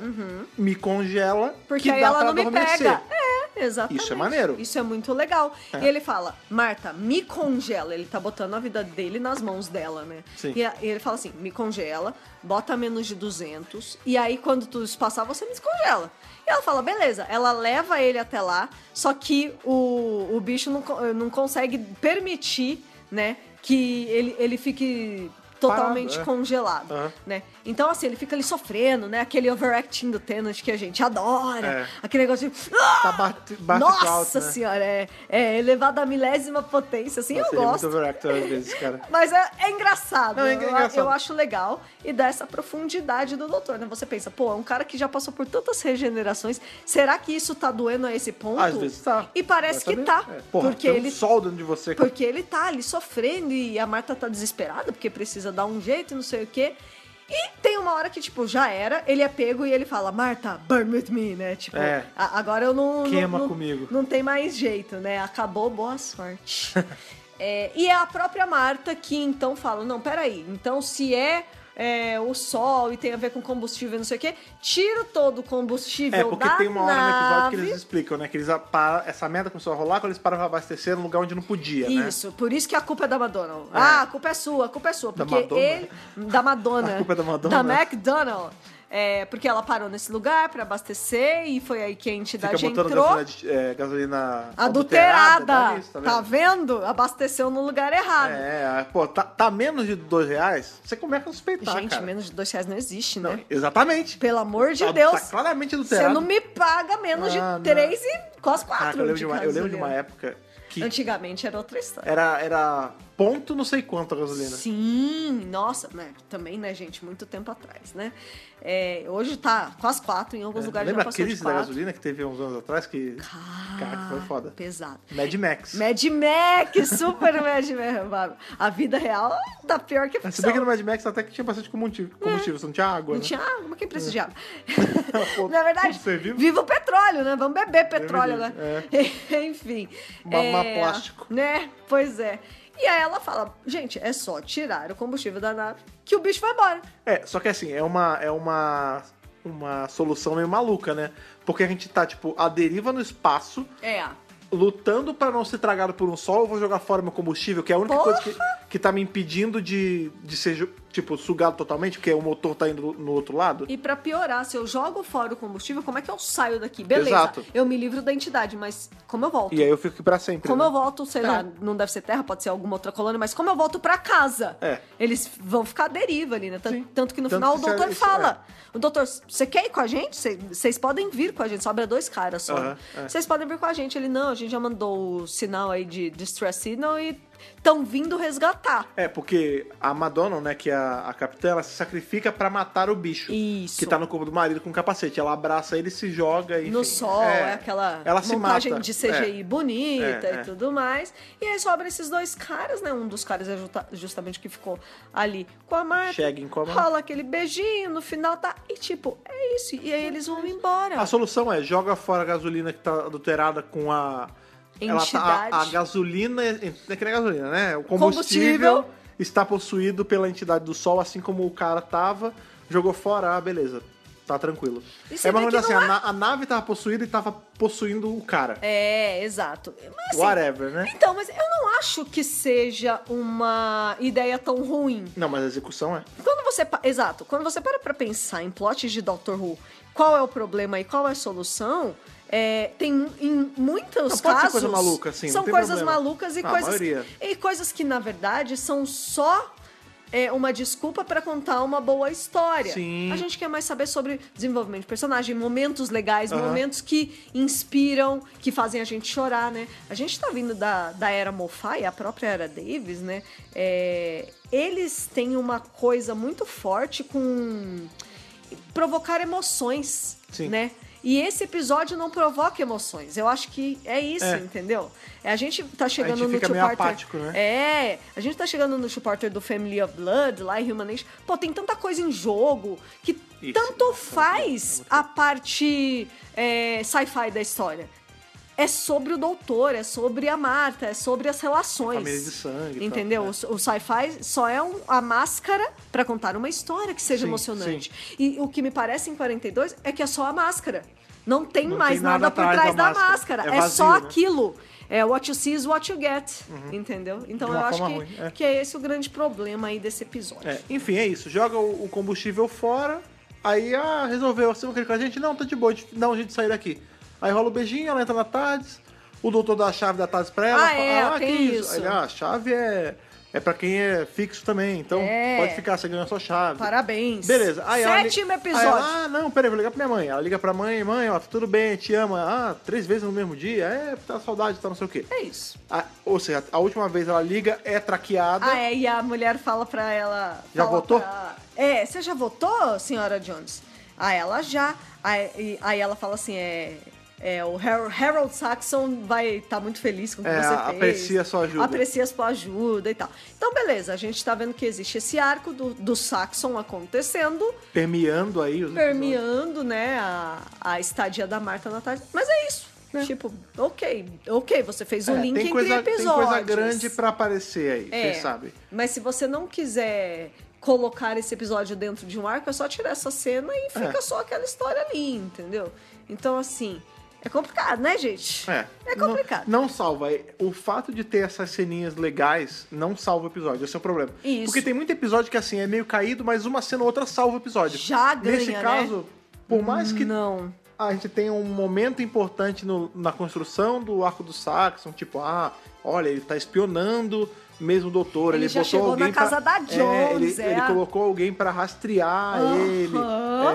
me congela, Uhum. Porque que aí dá ela pra não me adormecer. pega. É, exatamente. Isso é maneiro. Isso é muito legal. É. E ele fala, Marta, me congela. Ele tá botando a vida dele nas mãos dela, né? Sim. E, a- e ele fala assim, me congela, bota menos de 200, e aí quando tudo isso passar, você me descongela. E ela fala, beleza. Ela leva ele até lá, só que o, o bicho não, co- não consegue permitir, né, que ele, ele fique... Totalmente Parado, é. congelado, Aham. né? Então, assim, ele fica ali sofrendo, né? Aquele overacting do Tenant que a gente adora. É. Aquele negócio de... Ah! Tá bate, bate Nossa alto, né? senhora, é, é elevado à milésima potência, assim, Nossa, eu ele é muito gosto. overactor às vezes, cara. Mas é, é engraçado. Não, é eu- engraçado. Eu, acho legal e dá essa profundidade do doutor, né? Você pensa, pô, é um cara que já passou por tantas regenerações. Será que isso tá doendo a esse ponto? Às vezes tá. E parece Vai que tá. saber. É. Porra, porque tem ele um sol dentro de você, cara. porque ele tá ali sofrendo e a Marta tá desesperada porque precisa dar um jeito e não sei o quê. E tem uma hora que, tipo, já era, ele é pego e ele fala, Marta, burn with me, né? Tipo, É. "A- agora eu não. não- Queima não- comigo." Não tem mais jeito, né? Acabou, boa sorte. <laughs> É, e é a própria Marta que então fala: não, peraí, então se é. é, o sol e tem a ver com combustível e não sei o quê, tiro todo o combustível É, porque da tem uma hora no episódio que nave. eles explicam, né? Que eles param, essa merda começou a rolar quando eles param pra abastecer num lugar onde não podia, né? Isso, por isso que a culpa é da Madonna. Ah, a culpa é sua, a culpa é sua. Da Porque Madonna? ele. Da Madonna. <laughs> A culpa é da Madonna? Da McDonald. É, porque ela parou nesse lugar pra abastecer e foi aí que a Fica entidade botando entrou. gasolina, de- é, gasolina Adulterada! dá nisso, tá, vendo? Abasteceu no lugar errado. É, pô, tá, tá menos de dois reais, você começa a suspeitar, Gente, tá, cara. menos de dois reais não existe, Não, né? exatamente. Pelo amor de tá, Deus. um Tá claramente Você adulterado. não me paga menos Ah, não. de três e quase Caraca, quatro. eu, lembro de de uma, eu lembro de uma gasolina. época que Antigamente era outra história. era, era ponto não sei quanto a gasolina. Sim, nossa, né? Também, né, gente? Muito tempo atrás, né? É, hoje tá quase quatro, em alguns É, lugares já Lembra a passou de crise da quatro. Ah, gasolina que teve uns anos atrás? Que, cara, que foi foda. Pesado. Mad Max. Mad Max, super <laughs> Mad Max. mano. A vida real tá pior que a Ah, Se ficção. bem que no Mad Max até que tinha bastante combustível, combustível só não tinha água, É. Não né? tinha água, mas quem precisa de água? <laughs> Pô, <laughs> Na verdade, você viu? viva o petróleo, né? Vamos beber petróleo Deus, agora. <laughs> Enfim. Mamar é. plástico. Né? Pois é. E aí ela fala, gente, é só tirar o combustível da nave que o bicho vai embora. É, só que assim, é uma, é uma, uma solução meio maluca, né? Porque a gente tá, tipo, à deriva no espaço, É. lutando pra não ser tragado por um sol, eu vou jogar fora meu combustível, que é a única Porra! coisa que, que tá me impedindo de, de ser, ju- tipo, sugado totalmente, porque o motor tá indo no outro lado. E pra piorar, se eu jogo fora o combustível, como é que eu saio daqui? Beleza, Exato. eu me livro da entidade, mas como eu volto? E aí eu fico aqui pra sempre. Como né? eu volto, sei É. lá, não deve ser terra, pode ser alguma outra colônia, mas como eu volto pra casa? É. Eles vão ficar à deriva ali, né? Tan- Sim. Tanto, que no Tanto final que o isso é- doutor isso fala: O doutor, você quer ir com a gente? Cê- Vocês podem vir com a gente, sobra dois caras só. Aham, é. Vocês podem vir com a gente. Ele, não, a gente já mandou o sinal aí de distress signal e estão vindo resgatar. É, porque a Madonna, né, que é a, a capitã, ela se sacrifica pra matar o bicho. Isso. Que tá no corpo do marido com o capacete. Ela abraça ele, se joga e. no sol, é, aquela ela se montagem mata. de CGI bonita É, e é. tudo mais. E aí sobra esses dois caras, né? Um dos caras é justa- justamente que ficou ali com a Marta. Cheguem com a Marta. Rola aquele beijinho, no final tá... E tipo, é isso. E aí eles vão embora. A solução é joga fora a gasolina que tá adulterada com a. tá- Entidade. a, a gasolina. Não é que não é gasolina, né? O combustível, Combustível. está possuído pela entidade do sol, assim como o cara tava. Jogou fora, ah, beleza. Tá tranquilo. E você É mais vê ou menos que assim, não a, na- a nave tava possuída e tava possuindo o cara. É, exato. Mas, assim, Whatever, né? Então, mas eu não acho que seja uma ideia tão ruim. Não, mas a execução é. Quando você. pa- Exato, quando você para pra pensar em plots de Doctor Who, qual é o problema e qual é a solução, é, tem em muitos Não, pode ser casos. coisa maluca, sim, não são tem coisas problema. malucas e Ah, a coisas. maioria. E coisas que, na verdade, são só. é, uma desculpa pra contar uma boa história. Sim. A gente quer mais saber sobre desenvolvimento de personagem, momentos legais, Aham. momentos que inspiram, que fazem a gente chorar, né? A gente tá vindo da, da era Moffat, a própria era Davis, né? É, eles têm uma coisa muito forte com provocar emoções, Sim. né? E esse episódio não provoca emoções. Eu acho que é isso, É. entendeu? É, A gente tá chegando gente no fica Two meio Parter- apático, né? É, a gente tá chegando no Two Parter do Family of Blood, lá em Human Nature. Pô, tem tanta coisa em jogo que Isso, tanto isso, faz a parte é, sci-fi da história. é sobre o doutor, é sobre a Marta, é sobre as relações. Família de sangue. e tal, Entendeu? né? O, o sci-fi só é um- a máscara pra contar uma história que seja Sim, emocionante. E o que me parece em 42 é que é só a máscara. Não tem Não mais tem nada, nada por atrás trás da da máscara. máscara. É, É vazio, só né? aquilo. É what you see is what you get. Entendeu? Então Uhum. De eu uma acho que, forma ruim, é. que é esse o grande problema aí desse episódio. É, enfim, é isso. Joga o, o combustível fora. Aí, ah, resolveu. Você não quer ir com a gente? Não, tá de boa. a gente- Não, a gente sair daqui. Aí rola o beijinho, ela entra na Tades. O doutor dá a chave da Tades pra ela. Ah, é, fala, ah, tem que isso. Aí, ele, ah, a chave é, é pra quem é fixo também. Então, É. pode ficar, você ganha a sua chave. Parabéns. Beleza. Aí ela li- Sétimo aí episódio. ela, ah, não, peraí, vou ligar pra minha mãe. Ela liga pra mãe, mãe, ó, tá tudo bem, te ama. Ah, três vezes no mesmo dia. É, tá saudade, tá não sei o quê. É isso. A- ou seja, a última vez ela liga, é traqueada. Ah, é, e a mulher fala pra ela. Já fala votou? pra- É, você já votou, senhora Jones? Aí ela já. Aí, e- aí ela fala assim: é. é, o Har- Harold Saxon vai estar muito feliz com o que É, você fez. aprecia sua ajuda. Aprecia sua ajuda e tal. Então, beleza, a gente tá vendo que existe esse arco do, do Saxon acontecendo, Permeando aí os permeando, né, a, a estadia da Marta na tarde. Mas é isso. Tipo, ok, ok, você fez um É, link tem entre coisa, episódios. Tem coisa grande pra aparecer aí, É, vocês sabem. Mas se você não quiser colocar esse episódio dentro de um arco, é só tirar essa cena e fica É. só aquela história ali, entendeu? Então, assim, é complicado, né, gente? É, complicado. Não, não salva. O fato de ter essas ceninhas legais não salva o episódio. Esse é o problema. Isso. Porque tem muito episódio que assim é meio caído, mas uma cena ou outra salva o episódio. Já ganha, Nesse né? caso, por mais que Não. a gente tem um momento importante no- na construção do arco do Saxon, tipo, ah, olha, ele tá espionando mesmo o doutor, Ele ele, já botou chegou alguém na casa pra- da É, Jones, ele, é. ele colocou alguém pra rastrear Aham. ele.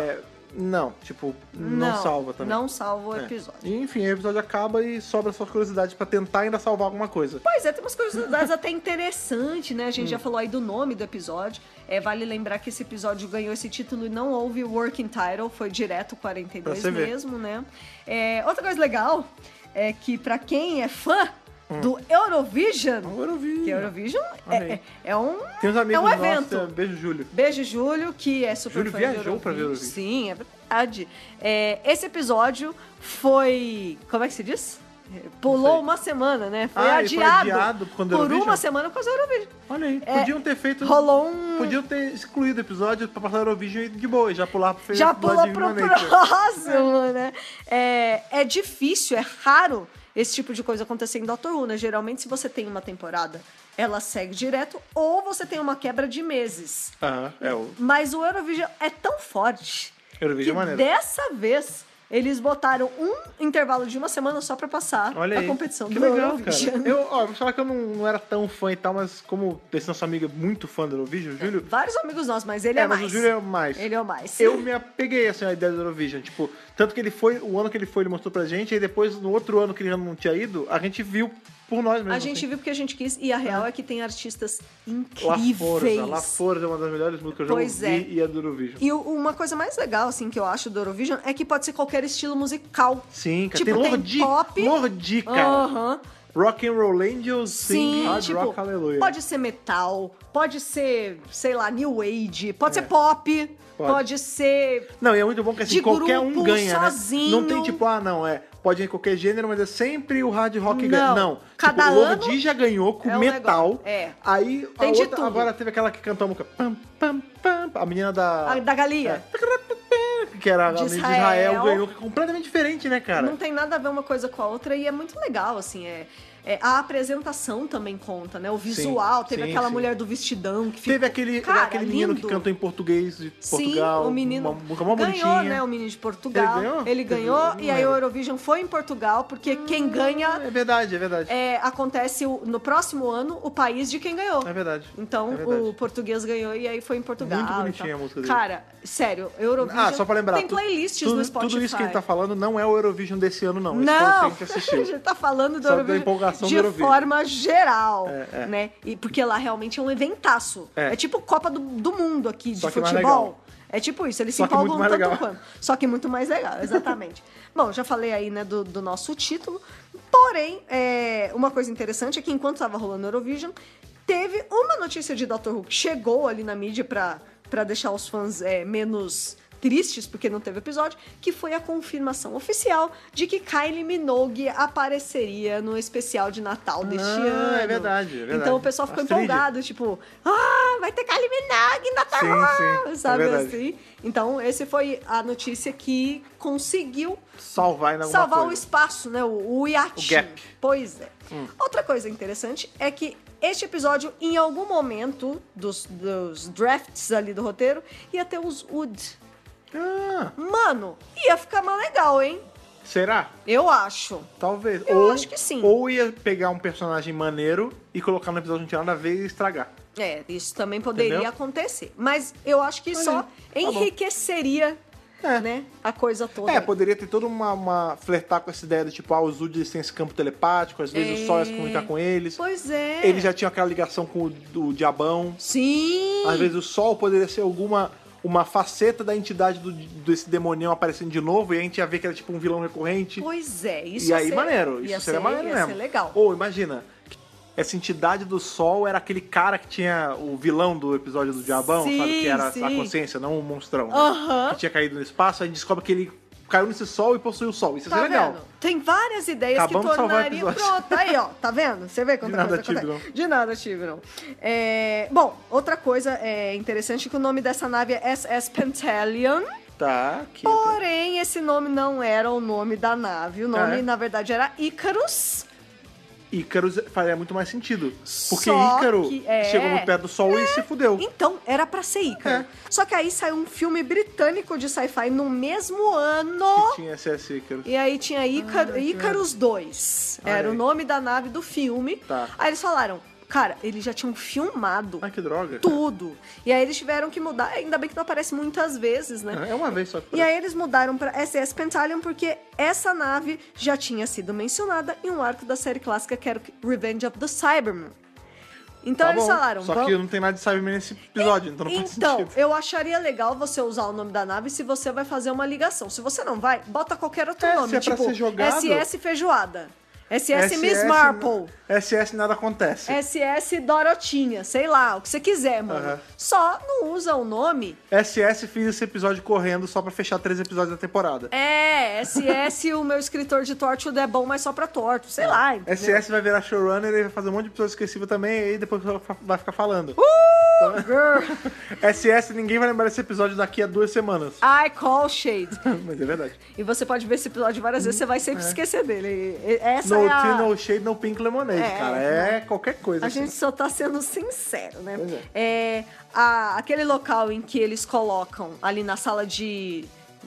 É, não, tipo, não, salva também. Não salva o É. episódio. E, Enfim, o episódio acaba e sobra só curiosidade pra tentar ainda salvar alguma coisa. Pois é, tem <laughs> umas curiosidades até interessantes, né? A Hum. gente já falou aí do nome do episódio. É, vale lembrar que esse episódio ganhou esse título e não houve working title, foi direto 42 Pra você ver. mesmo, né? É, outra coisa legal é que pra quem é fã Hum. do Eurovision, Agora eu vi. que Eurovision é, Amei. é, é um Tem uns amigos é um nossos, evento. é, beijo, Júlio. Beijo, Júlio, que é super Júlio fã viajou de Eurovision. pra ver Eurovision. Sim, é verdade. É, esse episódio foi... Como é que se diz? É, Pulou sei. uma semana, né? Foi Ah, ele foi adiado, adiado por conta do por uma Eurovision? semana por causa do Eurovision. Olha aí, É, podiam ter feito. rolou um- Podiam ter excluído o episódio pra passar o Eurovision e de boa, e já pular pro Já episódio pula de pro Humanation. próximo, né? É, é difícil, é raro esse tipo de coisa acontecer em Doctor Who, né? Geralmente, se você tem uma temporada, ela segue direto, ou você tem uma quebra de meses. Aham, é o Mas o Eurovision é tão forte Eurovision é que maneiro. dessa vez eles botaram um intervalo de uma semana só pra passar Olha a aí. competição que do legal, Eurovision. cara. Eu, ó, vou falar que eu não, não era tão fã e tal, mas como esse nosso amigo é muito fã do Eurovision, o Júlio. <laughs> Vários amigos nossos, mas ele é, é, mas mais. o Júlio é o mais. Ele é o mais. Eu me apeguei assim, à ideia do Eurovision. Tipo, tanto que ele foi, o ano que ele foi, ele mostrou pra gente, e depois, no outro ano que ele já não tinha ido, a gente viu por nós assim. mesmo. A gente viu porque a gente quis, e a real é que tem artistas assim. incríveis. La Forza, La Forza é uma das melhores músicas que eu já Pois ouvi é. e é do Eurovision. E o- uma coisa mais legal, assim, que eu acho do Eurovision é que pode ser qualquer estilo musical. Sim, cara. Tipo, tem tem Lordi, pop. Lordi, cara. Aham. Rock and Roll Angels, Sim, sing hard tipo, rock, aleluia. pode ser metal, pode ser, sei lá, new age, pode ser pop, pode, Pode. ser... Não, e é muito bom que assim, De qualquer grupo, um ganha, sozinho. né? Não tem tipo, ah, não, é. Pode ir em qualquer gênero, mas é sempre o hard rock que Não. ganha. Não. Cada tipo, o ano Lordi já ganhou com é um metal. negócio. É. Aí a Tem de outra- tudo. agora teve aquela que cantou a música. Pam, pam, pam, a menina da. A da Galia. É. que era a De menina de Israel. Israel, ganhou, que é completamente diferente, né, cara? Não tem nada a ver uma coisa com a outra e é muito legal, assim, é... é, a apresentação também conta, né? O visual, teve sim, aquela sim. mulher do vestidão que Teve aquele, Cara, aquele menino lindo. que cantou em português de Sim, Portugal. o menino Uma música mó ganhou, bonitinha. né? O menino de Portugal. Ele ganhou? um Ele ganhou, Eu não e aí o lembro. Eurovision foi em Portugal, porque quem ganha É verdade, é verdade. É, é, acontece o- no próximo ano o país de quem ganhou. verdade. Então é verdade. o português ganhou e aí foi em Portugal. Muito e tal. bonitinha a música dele. Cara, sério, Eurovision Ah, só pra lembrar. tem tu- playlists tudo, no Spotify. Tudo isso que ele tá falando não é o Eurovision desse ano, não. Esse foi o que a Não, gente <laughs> a assistiu. gente tá falando do Só da Eurovision empolgação de do Eurovision. forma geral, É, é. né? E porque lá realmente é um eventaço. É, É. tipo Copa do, do Mundo aqui Só de que mais futebol. legal. É tipo isso, eles Só se que muito empolgam mais tanto legal. quanto. Só que muito mais legal, exatamente. <laughs> Bom, já falei aí, né, do, do nosso título. Porém, é, uma coisa interessante é que enquanto tava rolando o Eurovision, teve uma notícia de Dr. Who que chegou ali na mídia pra, pra deixar os fãs é, menos tristes porque não teve episódio, que foi a confirmação oficial de que Kylie Minogue apareceria no especial de Natal deste Não, ano. é verdade, é verdade. Então o pessoal ficou Astrid. empolgado, tipo, ah, vai ter Kylie Minogue em Natal, Sim, sim, é sabe verdade. assim? Então esse foi a notícia que conseguiu Salvar ainda alguma salvar o coisa. espaço, né? O, o iate. O gap. Hum. Pois é. Outra coisa interessante é que este episódio, em algum momento dos, dos drafts ali do roteiro, ia ter os Wood. Ah, Mano, ia ficar mais legal, hein? será? Eu acho. Talvez. Eu ou, acho que sim. Ou ia pegar um personagem maneiro e colocar no episódio de nada a ver e estragar. É, isso também poderia Entendeu? acontecer. Mas eu acho que Olha só aí. Tá bom. enriqueceria É. né, a coisa toda. É, poderia ter toda uma, uma- flertar com essa ideia do tipo, ah, os Udis têm esse campo telepático, às vezes É. o Sol ia se comunicar com eles. Pois é. Ele já tinha aquela ligação com o do diabão. Sim! Às vezes o Sol poderia ser alguma uma faceta da entidade do, desse demonião aparecendo de novo e a gente ia ver que era tipo um vilão recorrente. Pois é, isso e ia aí, ser- maneiro. ia Isso seria ser- maneiro ia mesmo. ser legal. Ou imagina, essa entidade do Sol era aquele cara que tinha o vilão do episódio do Diabão, Sim, sabe? Que era a sim. consciência, não o monstrão. né? Aham. Que tinha caído no espaço, aí descobre que ele caiu nesse Sol e possui o Sol. Isso Tá seria legal. vendo? Tem várias ideias Acabamos que de salvar o tornariam. episódio. Pronto, aí, ó. Tá vendo? Você vê quanta De nada, coisa acontece. Tigrão. De nada, Tigrão. É, Bom, outra coisa é interessante é que o nome dessa nave é SS Pentalion. Tá, aqui. Porém, esse nome não era o nome da nave. O nome, Ah, é? na verdade, era Icarus. Ícaro faria muito mais sentido. Porque Só Ícaro que- é. chegou muito perto do Sol e se fudeu. Então, era pra ser Ícaro. É. Só que aí saiu um filme britânico de sci-fi no mesmo ano. Que tinha SS Ícaro. E aí tinha Ícar- Ah, que Ícaros 2. Olha Era o aí. nome da nave do filme. Tá. Aí eles falaram, cara, eles já tinham filmado Ai, Ah, que droga. cara. tudo. E aí eles tiveram que mudar, ainda bem que não aparece muitas vezes, né? É uma vez só que E aí eles mudaram pra SS Pentalion porque essa nave já tinha sido mencionada em um arco da série clássica que era o Revenge of the Cybermen. Então Tá eles bom. falaram, Só "Vamos- que não tem nada de Cyberman nesse episódio, então não faz então, sentido. eu acharia legal você usar o nome da nave se você vai fazer uma ligação. Se você não vai, bota qualquer outro É, nome, se é pra tipo ser jogado- SS Feijoada, SS, Miss é assim Marple, É. SS nada acontece. SS Dorotinha, sei lá, o que você quiser, mano. Aham. Só não usa o nome. SS fiz esse episódio correndo só pra fechar três episódios da temporada. É, SS, <laughs> o meu escritor de Torchwood é bom, mas só pra torto, sei É. lá. então. entendeu? SS vai virar showrunner e vai fazer um monte de pessoa esquecível também e aí depois vai ficar falando. Uh! Girl, SS ninguém vai lembrar desse episódio daqui a duas semanas. <laughs> I call shade. Mas é verdade. E você pode ver esse episódio várias vezes, você vai sempre esquecer dele. E- e- Essa É. No é a... tea, no shade, no pink lemonade, É, cara. É qualquer coisa. A assim. gente só tá sendo sincero, né? Pois é. É, a- aquele local em que eles colocam ali na sala de.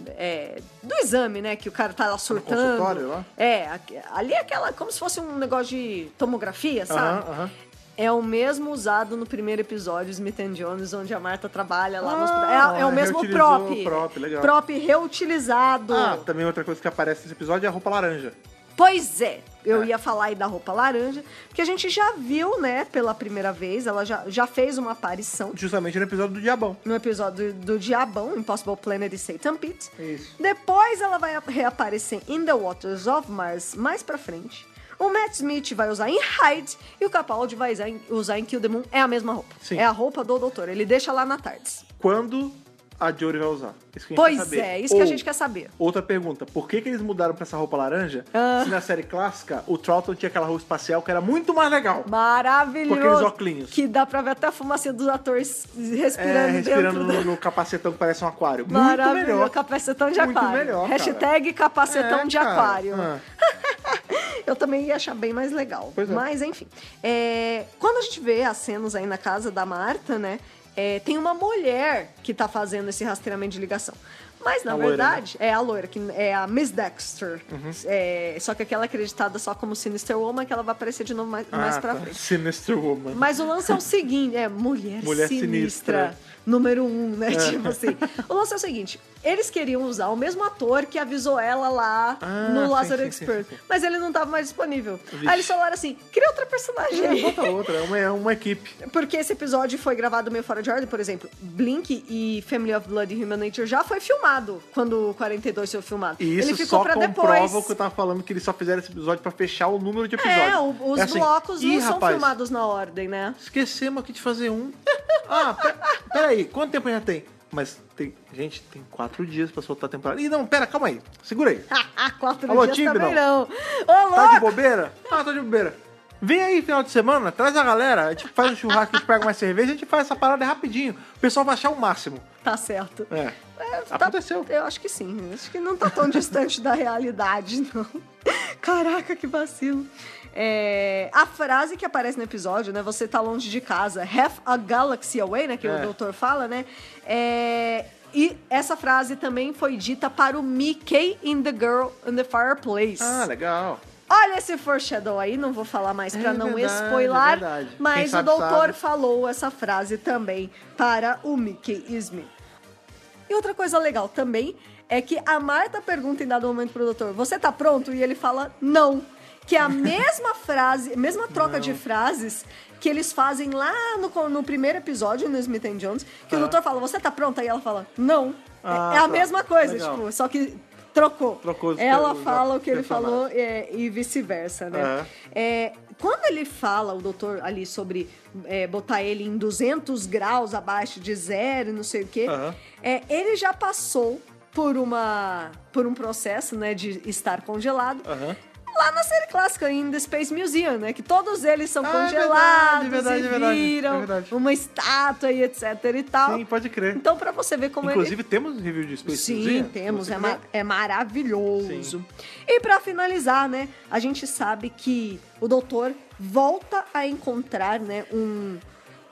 é, do exame, né? Que o cara tá lá surtando. consultório lá? É, a- ali é aquela. como se fosse um negócio de tomografia, Aham, sabe? aham. É o mesmo usado no primeiro episódio, Smith and Jones, onde a Marta trabalha lá no Ah, hospital. É- É, o mesmo reutilizou prop. o prop, legal. Prop reutilizado. Ah, também outra coisa que aparece nesse episódio é a roupa laranja. Pois é, eu É. ia falar aí da roupa laranja, porque a gente já viu, né, pela primeira vez, ela já, já fez uma aparição Justamente no episódio do Diabão. no episódio do Diabão, Impossible Planet e Satan Pit. Isso. Depois ela vai reaparecer em The Waters of Mars mais pra frente. O Matt Smith vai usar em Hyde e o Capaldi vai usar em, usar em Kill the Moon. É a mesma roupa. Sim. É a roupa do doutor. Ele deixa lá na tarde. Quando a Jory vai usar? Isso que a gente quer Pois saber. é, isso que a Ou, gente quer saber. Outra pergunta, por que, que eles mudaram pra essa roupa laranja? Ah. Se na série clássica o Troughton tinha aquela roupa espacial que era muito mais legal. Com Maravilhoso. aqueles óculos. Que dá pra ver até a fumacinha dos atores respirando, é, respirando dentro do- no, no capacetão que parece um aquário. Muito Maravilhoso, melhor. capacetão de Muito aquário. melhor, cara. Hashtag capacetão É, de cara. aquário. Ah. Eu também ia achar bem mais legal. Pois é. Mas, enfim. É, quando a gente vê as cenas aí na casa da Marta, né? é, tem uma mulher que tá fazendo esse rastreamento de ligação. Mas, na A loira, né? Uhum. verdade, é a loira, que é a Miss Dexter. É, só que aquela é acreditada só como Sinister Woman, que ela vai aparecer de novo mais, É mais Ah, pra tá. frente. Sinister Woman. Mas o <laughs> lance é o seguinte, é mulher, Mulher sinistra, sinistra. É. número um, né? Tipo assim. O lance é o seguinte, eles queriam usar o mesmo ator que avisou ela lá Ah, no sim, Lazarus sim, sim, Expert, sim, sim. mas ele não tava mais disponível. Vixe. Aí eles falaram assim, cria outra personagem É, aí. bota outra, é uma, é uma equipe. Porque esse episódio foi gravado meio fora de ordem, por exemplo, Blink e Family of Blood and Human Nature já foi filmado quando o 42 foi filmado. E isso ele ficou só pra comprova depois. o que eu tava falando, que eles só fizeram esse episódio pra fechar o número de episódios. É, o- os É assim, blocos não "Ih, são rapaz, filmados na ordem, né? <laughs> <laughs> Esquecemos aqui de fazer um. Ah, pe- peraí, quanto tempo já tem? Mas tem. Gente, tem quatro dias pra soltar a temporada. Ih, não, pera, calma aí. Segura aí. Quatro Alô, dias Timbro? também não. Ô, Tá de louco! bobeira? Ah, tô de bobeira. Vem aí, final de semana, traz a galera, a gente faz um churrasco, a gente pega mais cerveja, a gente faz essa parada rapidinho. O pessoal vai achar o máximo. Tá certo. É. É, tá- Aconteceu. eu acho que sim. Acho que não tá tão distante da realidade, <laughs> não. Caraca, que vacilo. É, a frase que aparece no episódio, né? Você tá longe de casa. Half a galaxy away, né? Que É. o doutor fala, né? É, e essa frase também foi dita para o Mickey in The Girl in the Fireplace. Ah, legal. Olha esse foreshadow aí, não vou falar mais É pra não verdade, é spoiler, verdade. Quem mas sabe, o doutor sabe. falou essa frase também para o Mickey Smith. E outra coisa legal também é que a Marta pergunta em dado momento pro doutor: "Você tá pronto?" e ele fala: "Não". Que <laughs> é a mesma frase, mesma troca de frases que eles fazem lá no, co- no primeiro episódio no Smith and Jones, que o Ah. doutor fala: "Você tá pronta?" e ela fala: "Não". É- Ah, é a tá. mesma coisa, Legal. tipo, só que trocou. Trocou os ela per- os fala o que ele personagens. falou é, e vice-versa, né? Aham. É, quando ele fala, o doutor ali, sobre é, botar ele em 200 graus abaixo de zero, e não sei o quê, Aham. é, ele já passou por uma por um processo, né, de estar congelado. Aham. Lá na série clássica, em The Space Museum, né? Que todos eles são Ah, é verdade, é congelados e verdade, é viram verdade. uma estátua e etc e tal. Sim, pode crer. Então, pra você ver como ele... Inclusive, temos review de Space Sim, Museum? temos. Se É, você quiser. ma- é maravilhoso. E pra finalizar, né? A gente sabe que o doutor volta a encontrar, né? Um,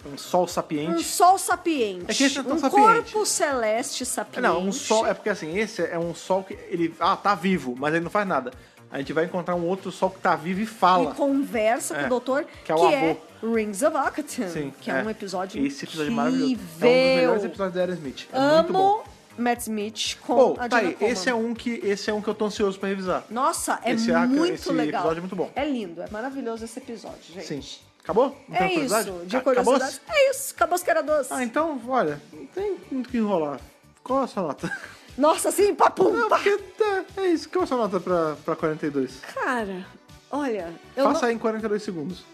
Um sol um sapiente. sol sapiente. É que esse é tão um sapiente. corpo celeste sapiente. Não, um sol. É porque assim, esse é um sol que ele. Ah, tá vivo, mas ele não faz nada. A gente vai encontrar um outro sol que tá vivo e fala. E conversa com É, o doutor, que é o avô. Rings of Occitan, Sim, que é, um episódio Esse episódio é incrível. maravilhoso. É um dos melhores episódios da Era Smith. É muito bom. Amo Matt Smith com Pô, tá a Diana aí. Esse é, um que, esse é um que eu tô ansioso pra revisar. Nossa, é Esse arco- muito esse legal. episódio é muito bom. É lindo, é maravilhoso esse episódio, gente. Sim. Acabou? Não É tem curiosidade? isso, de Ca- curiosidade. acabou-se? É isso, acabou os caras doce. Ah, então, olha, não tem muito o que enrolar. Qual a sua nota? Nossa, assim, papum! <laughs> Não, porque tá, é isso. Qual a sua nota pra, pra 42? Cara, olha, eu Faça não... aí em 42 segundos.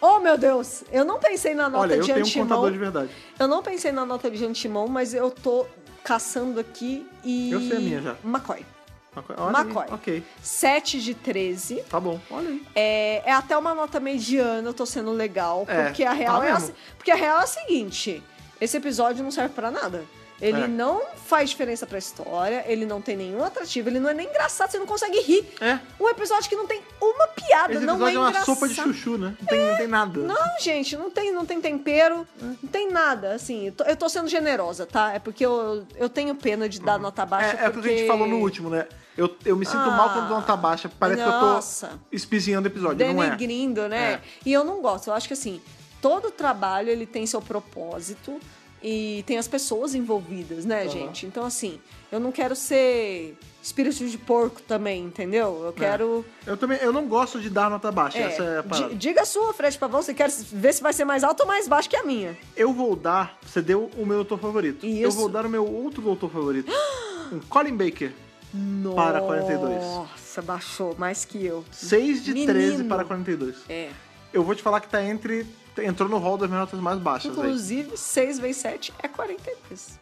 Oh, meu Deus! Eu não pensei na nota Olha, eu de tenho um antemão. contador de verdade. Eu não pensei na nota de antemão, mas eu tô caçando aqui e... Eu sei a minha já. McCoy. Uma co- olha aí. McCoy. Ok, 7 de 13. tá bom. Olha aí. É, é até uma nota mediana, eu tô sendo legal. É, Porque, a tá real é a, mesmo. porque a real é a seguinte: esse episódio não serve pra nada. Ele É. não faz diferença pra história, ele não tem nenhum atrativo, ele não é nem engraçado, você não consegue rir. É. Um episódio que não tem uma piada, Esse não episódio é uma engraçado. sopa de chuchu, né? Não tem, não tem nada. Não, gente, não tem, não tem tempero, não tem nada, assim. Eu tô, eu tô sendo generosa, tá? É porque eu, eu tenho pena de dar nota baixa. É, é o que a gente falou no último, né? Eu, eu me sinto Ah. mal quando dou nota baixa. Parece que eu Nossa. tô espizinhando o episódio, não é? denegrindo, né? É. E eu não gosto. Eu acho que assim, todo trabalho ele tem seu propósito e tem as pessoas envolvidas, né, Aham. gente? Então assim, eu não quero ser espírito de porco também, entendeu? Eu quero Eu também, eu não gosto de dar nota baixa. é, É. Essa é a di- parada. diga a sua, Fred Pavão, você quer ver se vai ser mais alta ou mais baixa que a minha. Eu vou dar. Você deu o meu doutor favorito. Isso. Eu vou dar o meu outro doutor favorito. um Colin Baker. Para 42. Nossa, baixou mais que eu. 6 de Menino. 13 para 42. É. Eu vou te falar que tá entre. Entrou no hall das minhas notas mais baixas aí. Inclusive, 6 vezes 7 é 43.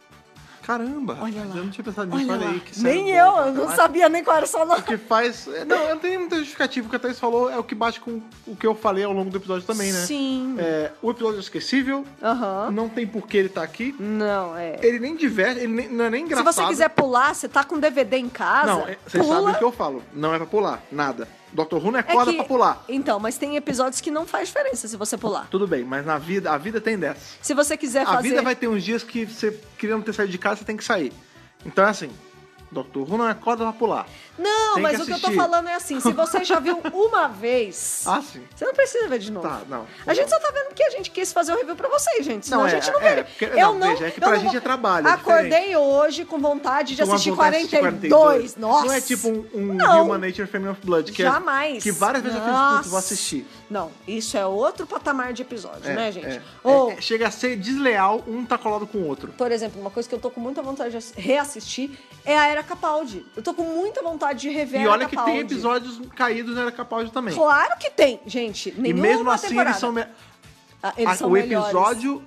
Caramba! Olha lá. Eu não tinha pensado nisso, Olha olha, lá. aí. Que Nem série eu, boa, eu não cara. sabia nem qual era a sua nota. O que faz. é, Não, eu não tenho muita justificativa. O que a Thaís falou é o que bate com o que eu falei ao longo do episódio também, né? Sim. É, o episódio é esquecível, Aham. não tem por que ele tá aqui. Não, é. Ele nem diverte, ele nem- não é nem Se engraçado. você quiser pular, você tá com DVD em casa. Não, é- vocês pula. sabem o que eu falo. Não é pra pular, nada. Dr. Who não é É corda que- pra pular. Então, mas tem episódios que não faz diferença se você pular. Tudo bem, mas na vida, a vida tem dessas. Se você quiser A fazer. vida vai ter uns dias que você querendo ter saído de casa, você tem que sair. Então é assim, Dr. Who não é corda pra pular. Tem Não, que mas o que eu tô assistir. falando é assim: se você <laughs> já viu uma vez, Ah, sim. você não precisa ver de novo. Tá, não. A gente só tá vendo porque a gente quis fazer o review pra vocês, gente. Senão Não, a gente é, não é, veria. porque- eu não, não. veja, é que eu pra não gente vou- é trabalho, é Acordei hoje com vontade de Uma assistir vontade de 42. assistir Nossa! Não é tipo um, um Não. Human Nature Family of Blood, que Jamais. É, que várias vezes eu fiz, putz, vou assistir. Não, isso é outro patamar de episódio, É, né, gente? é. Ou, É, é, chega a ser desleal, um tá colado com o outro. por exemplo, uma coisa que eu tô com muita vontade de ass- reassistir é a Era Capaldi. Eu tô com muita vontade de rever e a olha Era que Capaldi. tem episódios caídos na Era Capaldi também. Claro que tem, gente. e Nenhuma mesmo assim temporada. eles são. me- Ah, eles a- são o melhores. episódio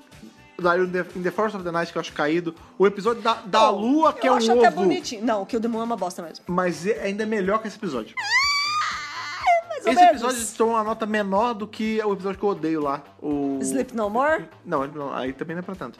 da Iron The- in The Forest of the Night, que eu acho caído. O episódio da, da Lua, que Oh, eu é um acho ovo. até bonitinho. Não, o Kill the Moon é uma bosta mesmo. Mas é- ainda é melhor que esse episódio. Mais ou Esse menos. episódio tem uma nota menor do que o episódio que eu odeio lá. O... Sleep No More? Não, ele não- aí também não é pra tanto.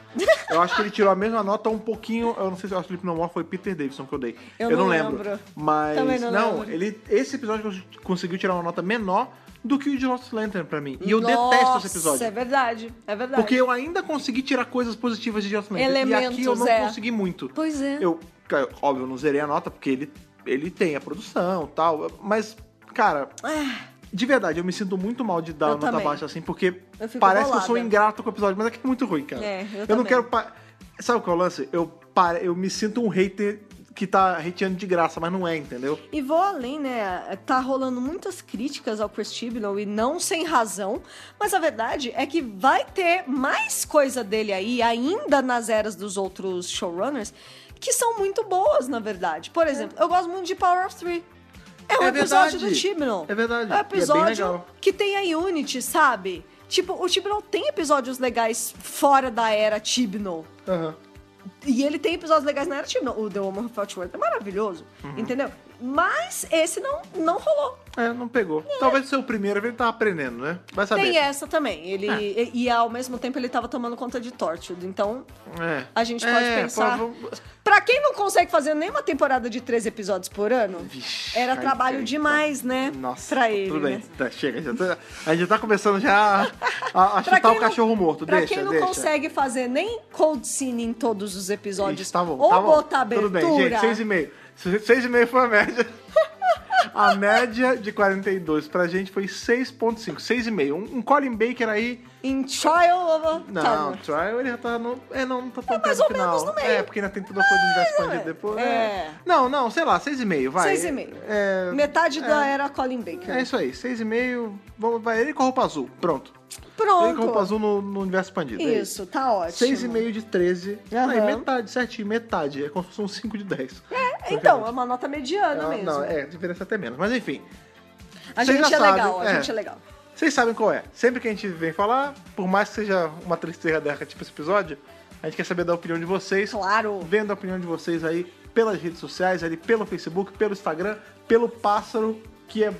Eu acho que ele tirou a mesma nota um pouquinho. Eu não sei se eu acho que o Sleep No More foi Peter Davidson que eu dei. Eu não, não lembro. lembro. Mas. Também não lembro. ele esse episódio conseguiu tirar uma nota menor do que o de Lost Lantern pra mim. E eu Nossa, detesto esse episódio. É verdade, é verdade. Porque eu ainda consegui tirar coisas positivas de Joss Whedon. E aqui eu Elementos, não é. consegui muito. Pois é. Eu, cara, óbvio, eu não zerei a nota, porque ele, ele tem a produção e tal. Mas, cara, Ah, de verdade, eu me sinto muito mal de dar Eu nota também. baixa assim, porque Eu fico parece que eu bolada. sou ingrato com o episódio, mas é que é muito ruim, cara. É, eu não também. quero. pa- Sabe qual é o lance? Eu, pare... eu me sinto um hater que tá hateando de graça, mas não é, entendeu? E vou além, né? Tá rolando muitas críticas ao Chris Chibnall e não sem razão, mas a verdade é que vai ter mais coisa dele aí, ainda nas eras dos outros showrunners, que são muito boas, na verdade. Por exemplo, eu gosto muito de Power of Three. É um É episódio verdade. do Chibnall. É verdade. É um E é bem episódio legal. que tem a Unity, sabe? Tipo, o Chibnall tem episódios legais fora da era Chibnall. Aham. E ele tem episódios legais na era Tim. O The Woman Who Felt Worth é maravilhoso, Uhum. entendeu? Mas esse não, não rolou. É, não pegou. Talvez seja o primeiro, ele tá aprendendo, né? Vai saber. Ah. Tem é. essa também. Ele, e, e ao mesmo tempo ele tava tomando conta de Tortured. Então É. a gente pode É, pensar... prova- Pra quem não consegue fazer nenhuma temporada de três episódios por ano, Vixe, era aí trabalho tem, demais, né? Nossa, pra tá- ele, tudo bem. né? Tá, chega, já tá, a gente já tá começando já a, a, a <laughs> Pra chutar o quem não- cachorro morto. Pra deixa, quem não deixa. consegue fazer nem cold scene em todos os episódios, Isso, tá bom, ou tá bom. botar abertura... Tudo bem, gente, seis e meio. Se- Seis e meio foi a <laughs> média. A média de 42 pra gente foi 6.5, 6,5. Um, um Colin Baker aí... Em Trial of a Não, Timer. o Trial ele já tá no... É, não, não tá tão É, mais perto do ou menos final. no meio. É, porque ainda tem toda a coisa do universo expandido é. depois. né? É. Não, não, sei lá, 6,5, vai. Seis e meio. É, Metade da era Colin Baker. é isso aí, 6,5, vamos- vai ele com a roupa azul, pronto. Ele com a Pronto. roupa azul no, no universo expandido. é Isso, tá ótimo. 6,5 de 13. Aham. Aí, metade, certinho, metade. É como se fosse um 5 de 10. É, então, é uma nota mediana Não, mesmo. não, é, deveria ser até menos. Mas enfim, a vocês gente já é legal, sabem, a é. gente é legal. vocês sabem qual é. Sempre que a gente vem falar, por mais que seja uma tristeza derra tipo esse episódio, a gente quer saber da opinião de vocês. Claro. Vendo a opinião de vocês aí pelas redes sociais, ali pelo Facebook, pelo Instagram, pelo pássaro que é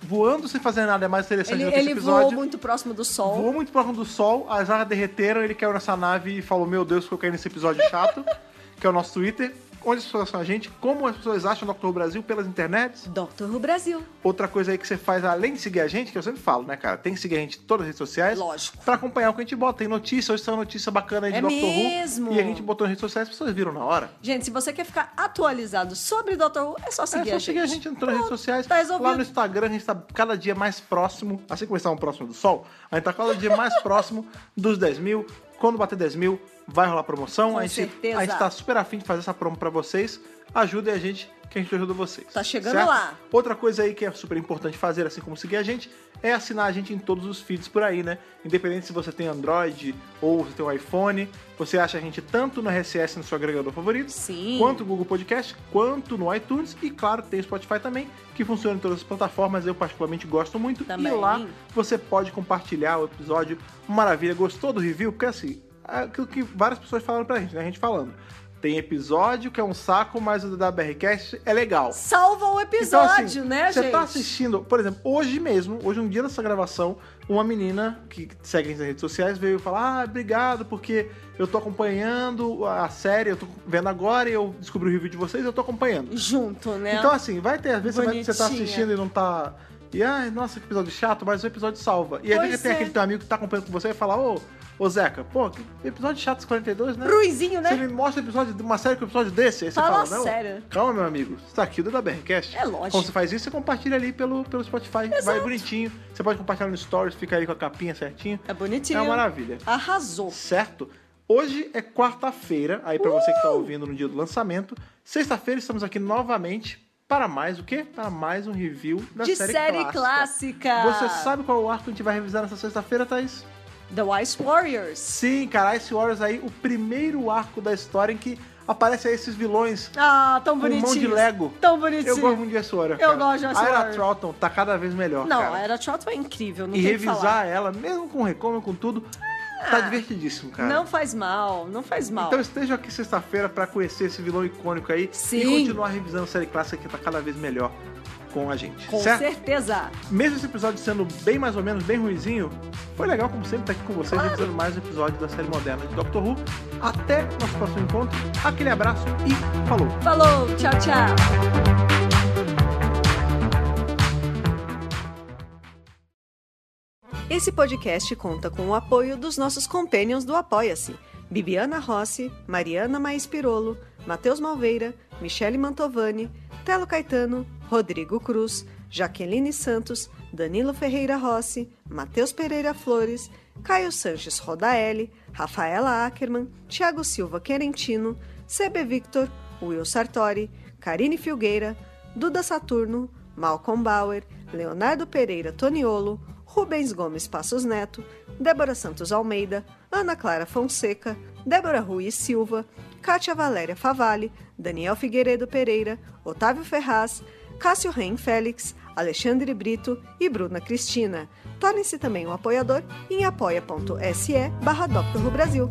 voando sem fazer nada, é mais interessante Ele, do que esse ele voou episódio. muito próximo do sol. Voou muito próximo do sol, as asas derreteram, ele caiu nessa nave e falou: Meu Deus, que eu caí nesse episódio chato, <laughs> que é o nosso Twitter. Onde as pessoas acham a gente, como as pessoas acham o Doctor Who Brasil pelas internets. Doctor Who Brasil. Outra coisa aí que você faz, além de seguir a gente, que eu sempre falo, né, cara? Tem que seguir a gente em todas as redes sociais. Lógico. Pra acompanhar o que a gente bota. Tem notícia, hoje saiu uma notícia bacana aí de É Doctor mesmo. Who. E a gente botou nas redes sociais, as pessoas viram na hora. Gente, se você quer ficar atualizado sobre Doctor Who, é só seguir é só a seguir gente. a gente em todas as redes sociais. tá resolvido. Lá no Instagram a gente tá cada dia mais próximo, assim que começar um próximo do sol, a gente tá cada dia mais <laughs> próximo dos 10 mil. Quando bater 10 mil, vai rolar promoção. Com a, gente, certeza. a gente tá super afim de fazer essa promo pra vocês. Ajudem a gente, que a gente ajuda vocês. Tá chegando lá. Outra coisa aí que é super importante fazer, assim como seguir a gente, é assinar a gente em todos os feeds por aí, né? Independente se você tem Android ou você tem um iPhone, você acha a gente tanto no RSS, no seu agregador favorito, Sim. quanto no Google Podcast, quanto no iTunes e, claro, tem o Spotify também, que funciona em todas as plataformas. Eu, particularmente, gosto muito. Também. E lá você pode compartilhar o episódio. Maravilha. Gostou do review? Porque, assim, é aquilo que várias pessoas falaram pra gente, né? A gente falando. Tem episódio que é um saco, mas o da BRCast é legal. Salva Então, o episódio, assim, né, Você gente? tá assistindo, por exemplo, hoje mesmo, hoje um dia dessa gravação, uma menina que segue nas redes sociais veio falar: Ah, obrigado, porque eu tô acompanhando a série, eu tô vendo agora e eu descobri o review de vocês eu tô acompanhando. Junto, né? Então, assim, vai ter, às vezes você, vai, você tá Bonitinha. assistindo e não tá. E ai, nossa, que episódio chato, mas o episódio salva. E aí Pois tem é. aquele teu amigo que tá acompanhando com você e fala, ô, ô Zeca, pô, que episódio chato esse 42, né? Ruizinho, Você né? me mostra episódio, de uma série com episódio desse? Aí você fala, Fala não. sério. Calma, meu amigo. Isso tá aqui do da BRCast. É lógico. Quando você faz isso, você compartilha ali pelo, pelo Spotify. Vai bonitinho. Você pode compartilhar no Stories, fica ali com a capinha certinho. É bonitinho. É uma maravilha. Arrasou. Certo? Hoje é quarta-feira, aí pra você que tá ouvindo no dia do lançamento. Sexta-feira estamos aqui novamente para mais o quê? Para mais um review da De série, série clássica. Você sabe qual é o arco que a gente vai revisar nessa sexta-feira, Thaís? The Wise Warriors. Sim, cara, Ice Warriors aí, o primeiro arco da história em que aparecem aí esses vilões Ah, tão Com mão de bonitinho. Lego. Tão bonitinho. Eu gosto muito de Ice Warrior. Eu cara. gosto de Ice A Era Warrior. Troughton tá cada vez melhor. Não, cara. a Era Trotman é incrível, não E tem o que falar. Ah, revisar ela, mesmo com o Recomer, com tudo, Tá divertidíssimo, cara. Não faz mal, não faz mal. Então esteja aqui sexta-feira pra conhecer esse vilão icônico aí Sim. e continuar revisando a série clássica que tá cada vez melhor com a gente, Com certo? certeza. Mesmo esse episódio sendo bem mais ou menos, bem ruizinho, foi legal como sempre estar aqui com vocês revisando mais um episódio da série moderna de Doctor Who. Até nosso próximo encontro, aquele abraço e falou! Falou, tchau, tchau. Esse podcast conta com o apoio dos nossos companions do Apoia-se: Bibiana Rossi, Mariana Maes Pirolo, Matheus Malveira, Michele Mantovani, Telo Caetano, Rodrigo Cruz, Jaqueline Santos, Danilo Ferreira Rossi, Matheus Pereira Flores, Caio Sanches Rodaelli, Rafaela Ackerman, Thiago Silva Querentino, CB Victor, Will Sartori, Karine Filgueira, Duda Saturno, Malcolm Bauer, Leonardo Pereira Toniolo, Rubens Gomes Passos Neto, Débora Santos Almeida, Ana Clara Fonseca, Débora Ruiz Silva, Kátia Valéria Favalli, Daniel Figueiredo Pereira, Otávio Ferraz, Cássio Ren Félix, Alexandre Brito e Bruna Cristina. Torne-se também um apoiador em apoia.se barra Dr. Who Brasil.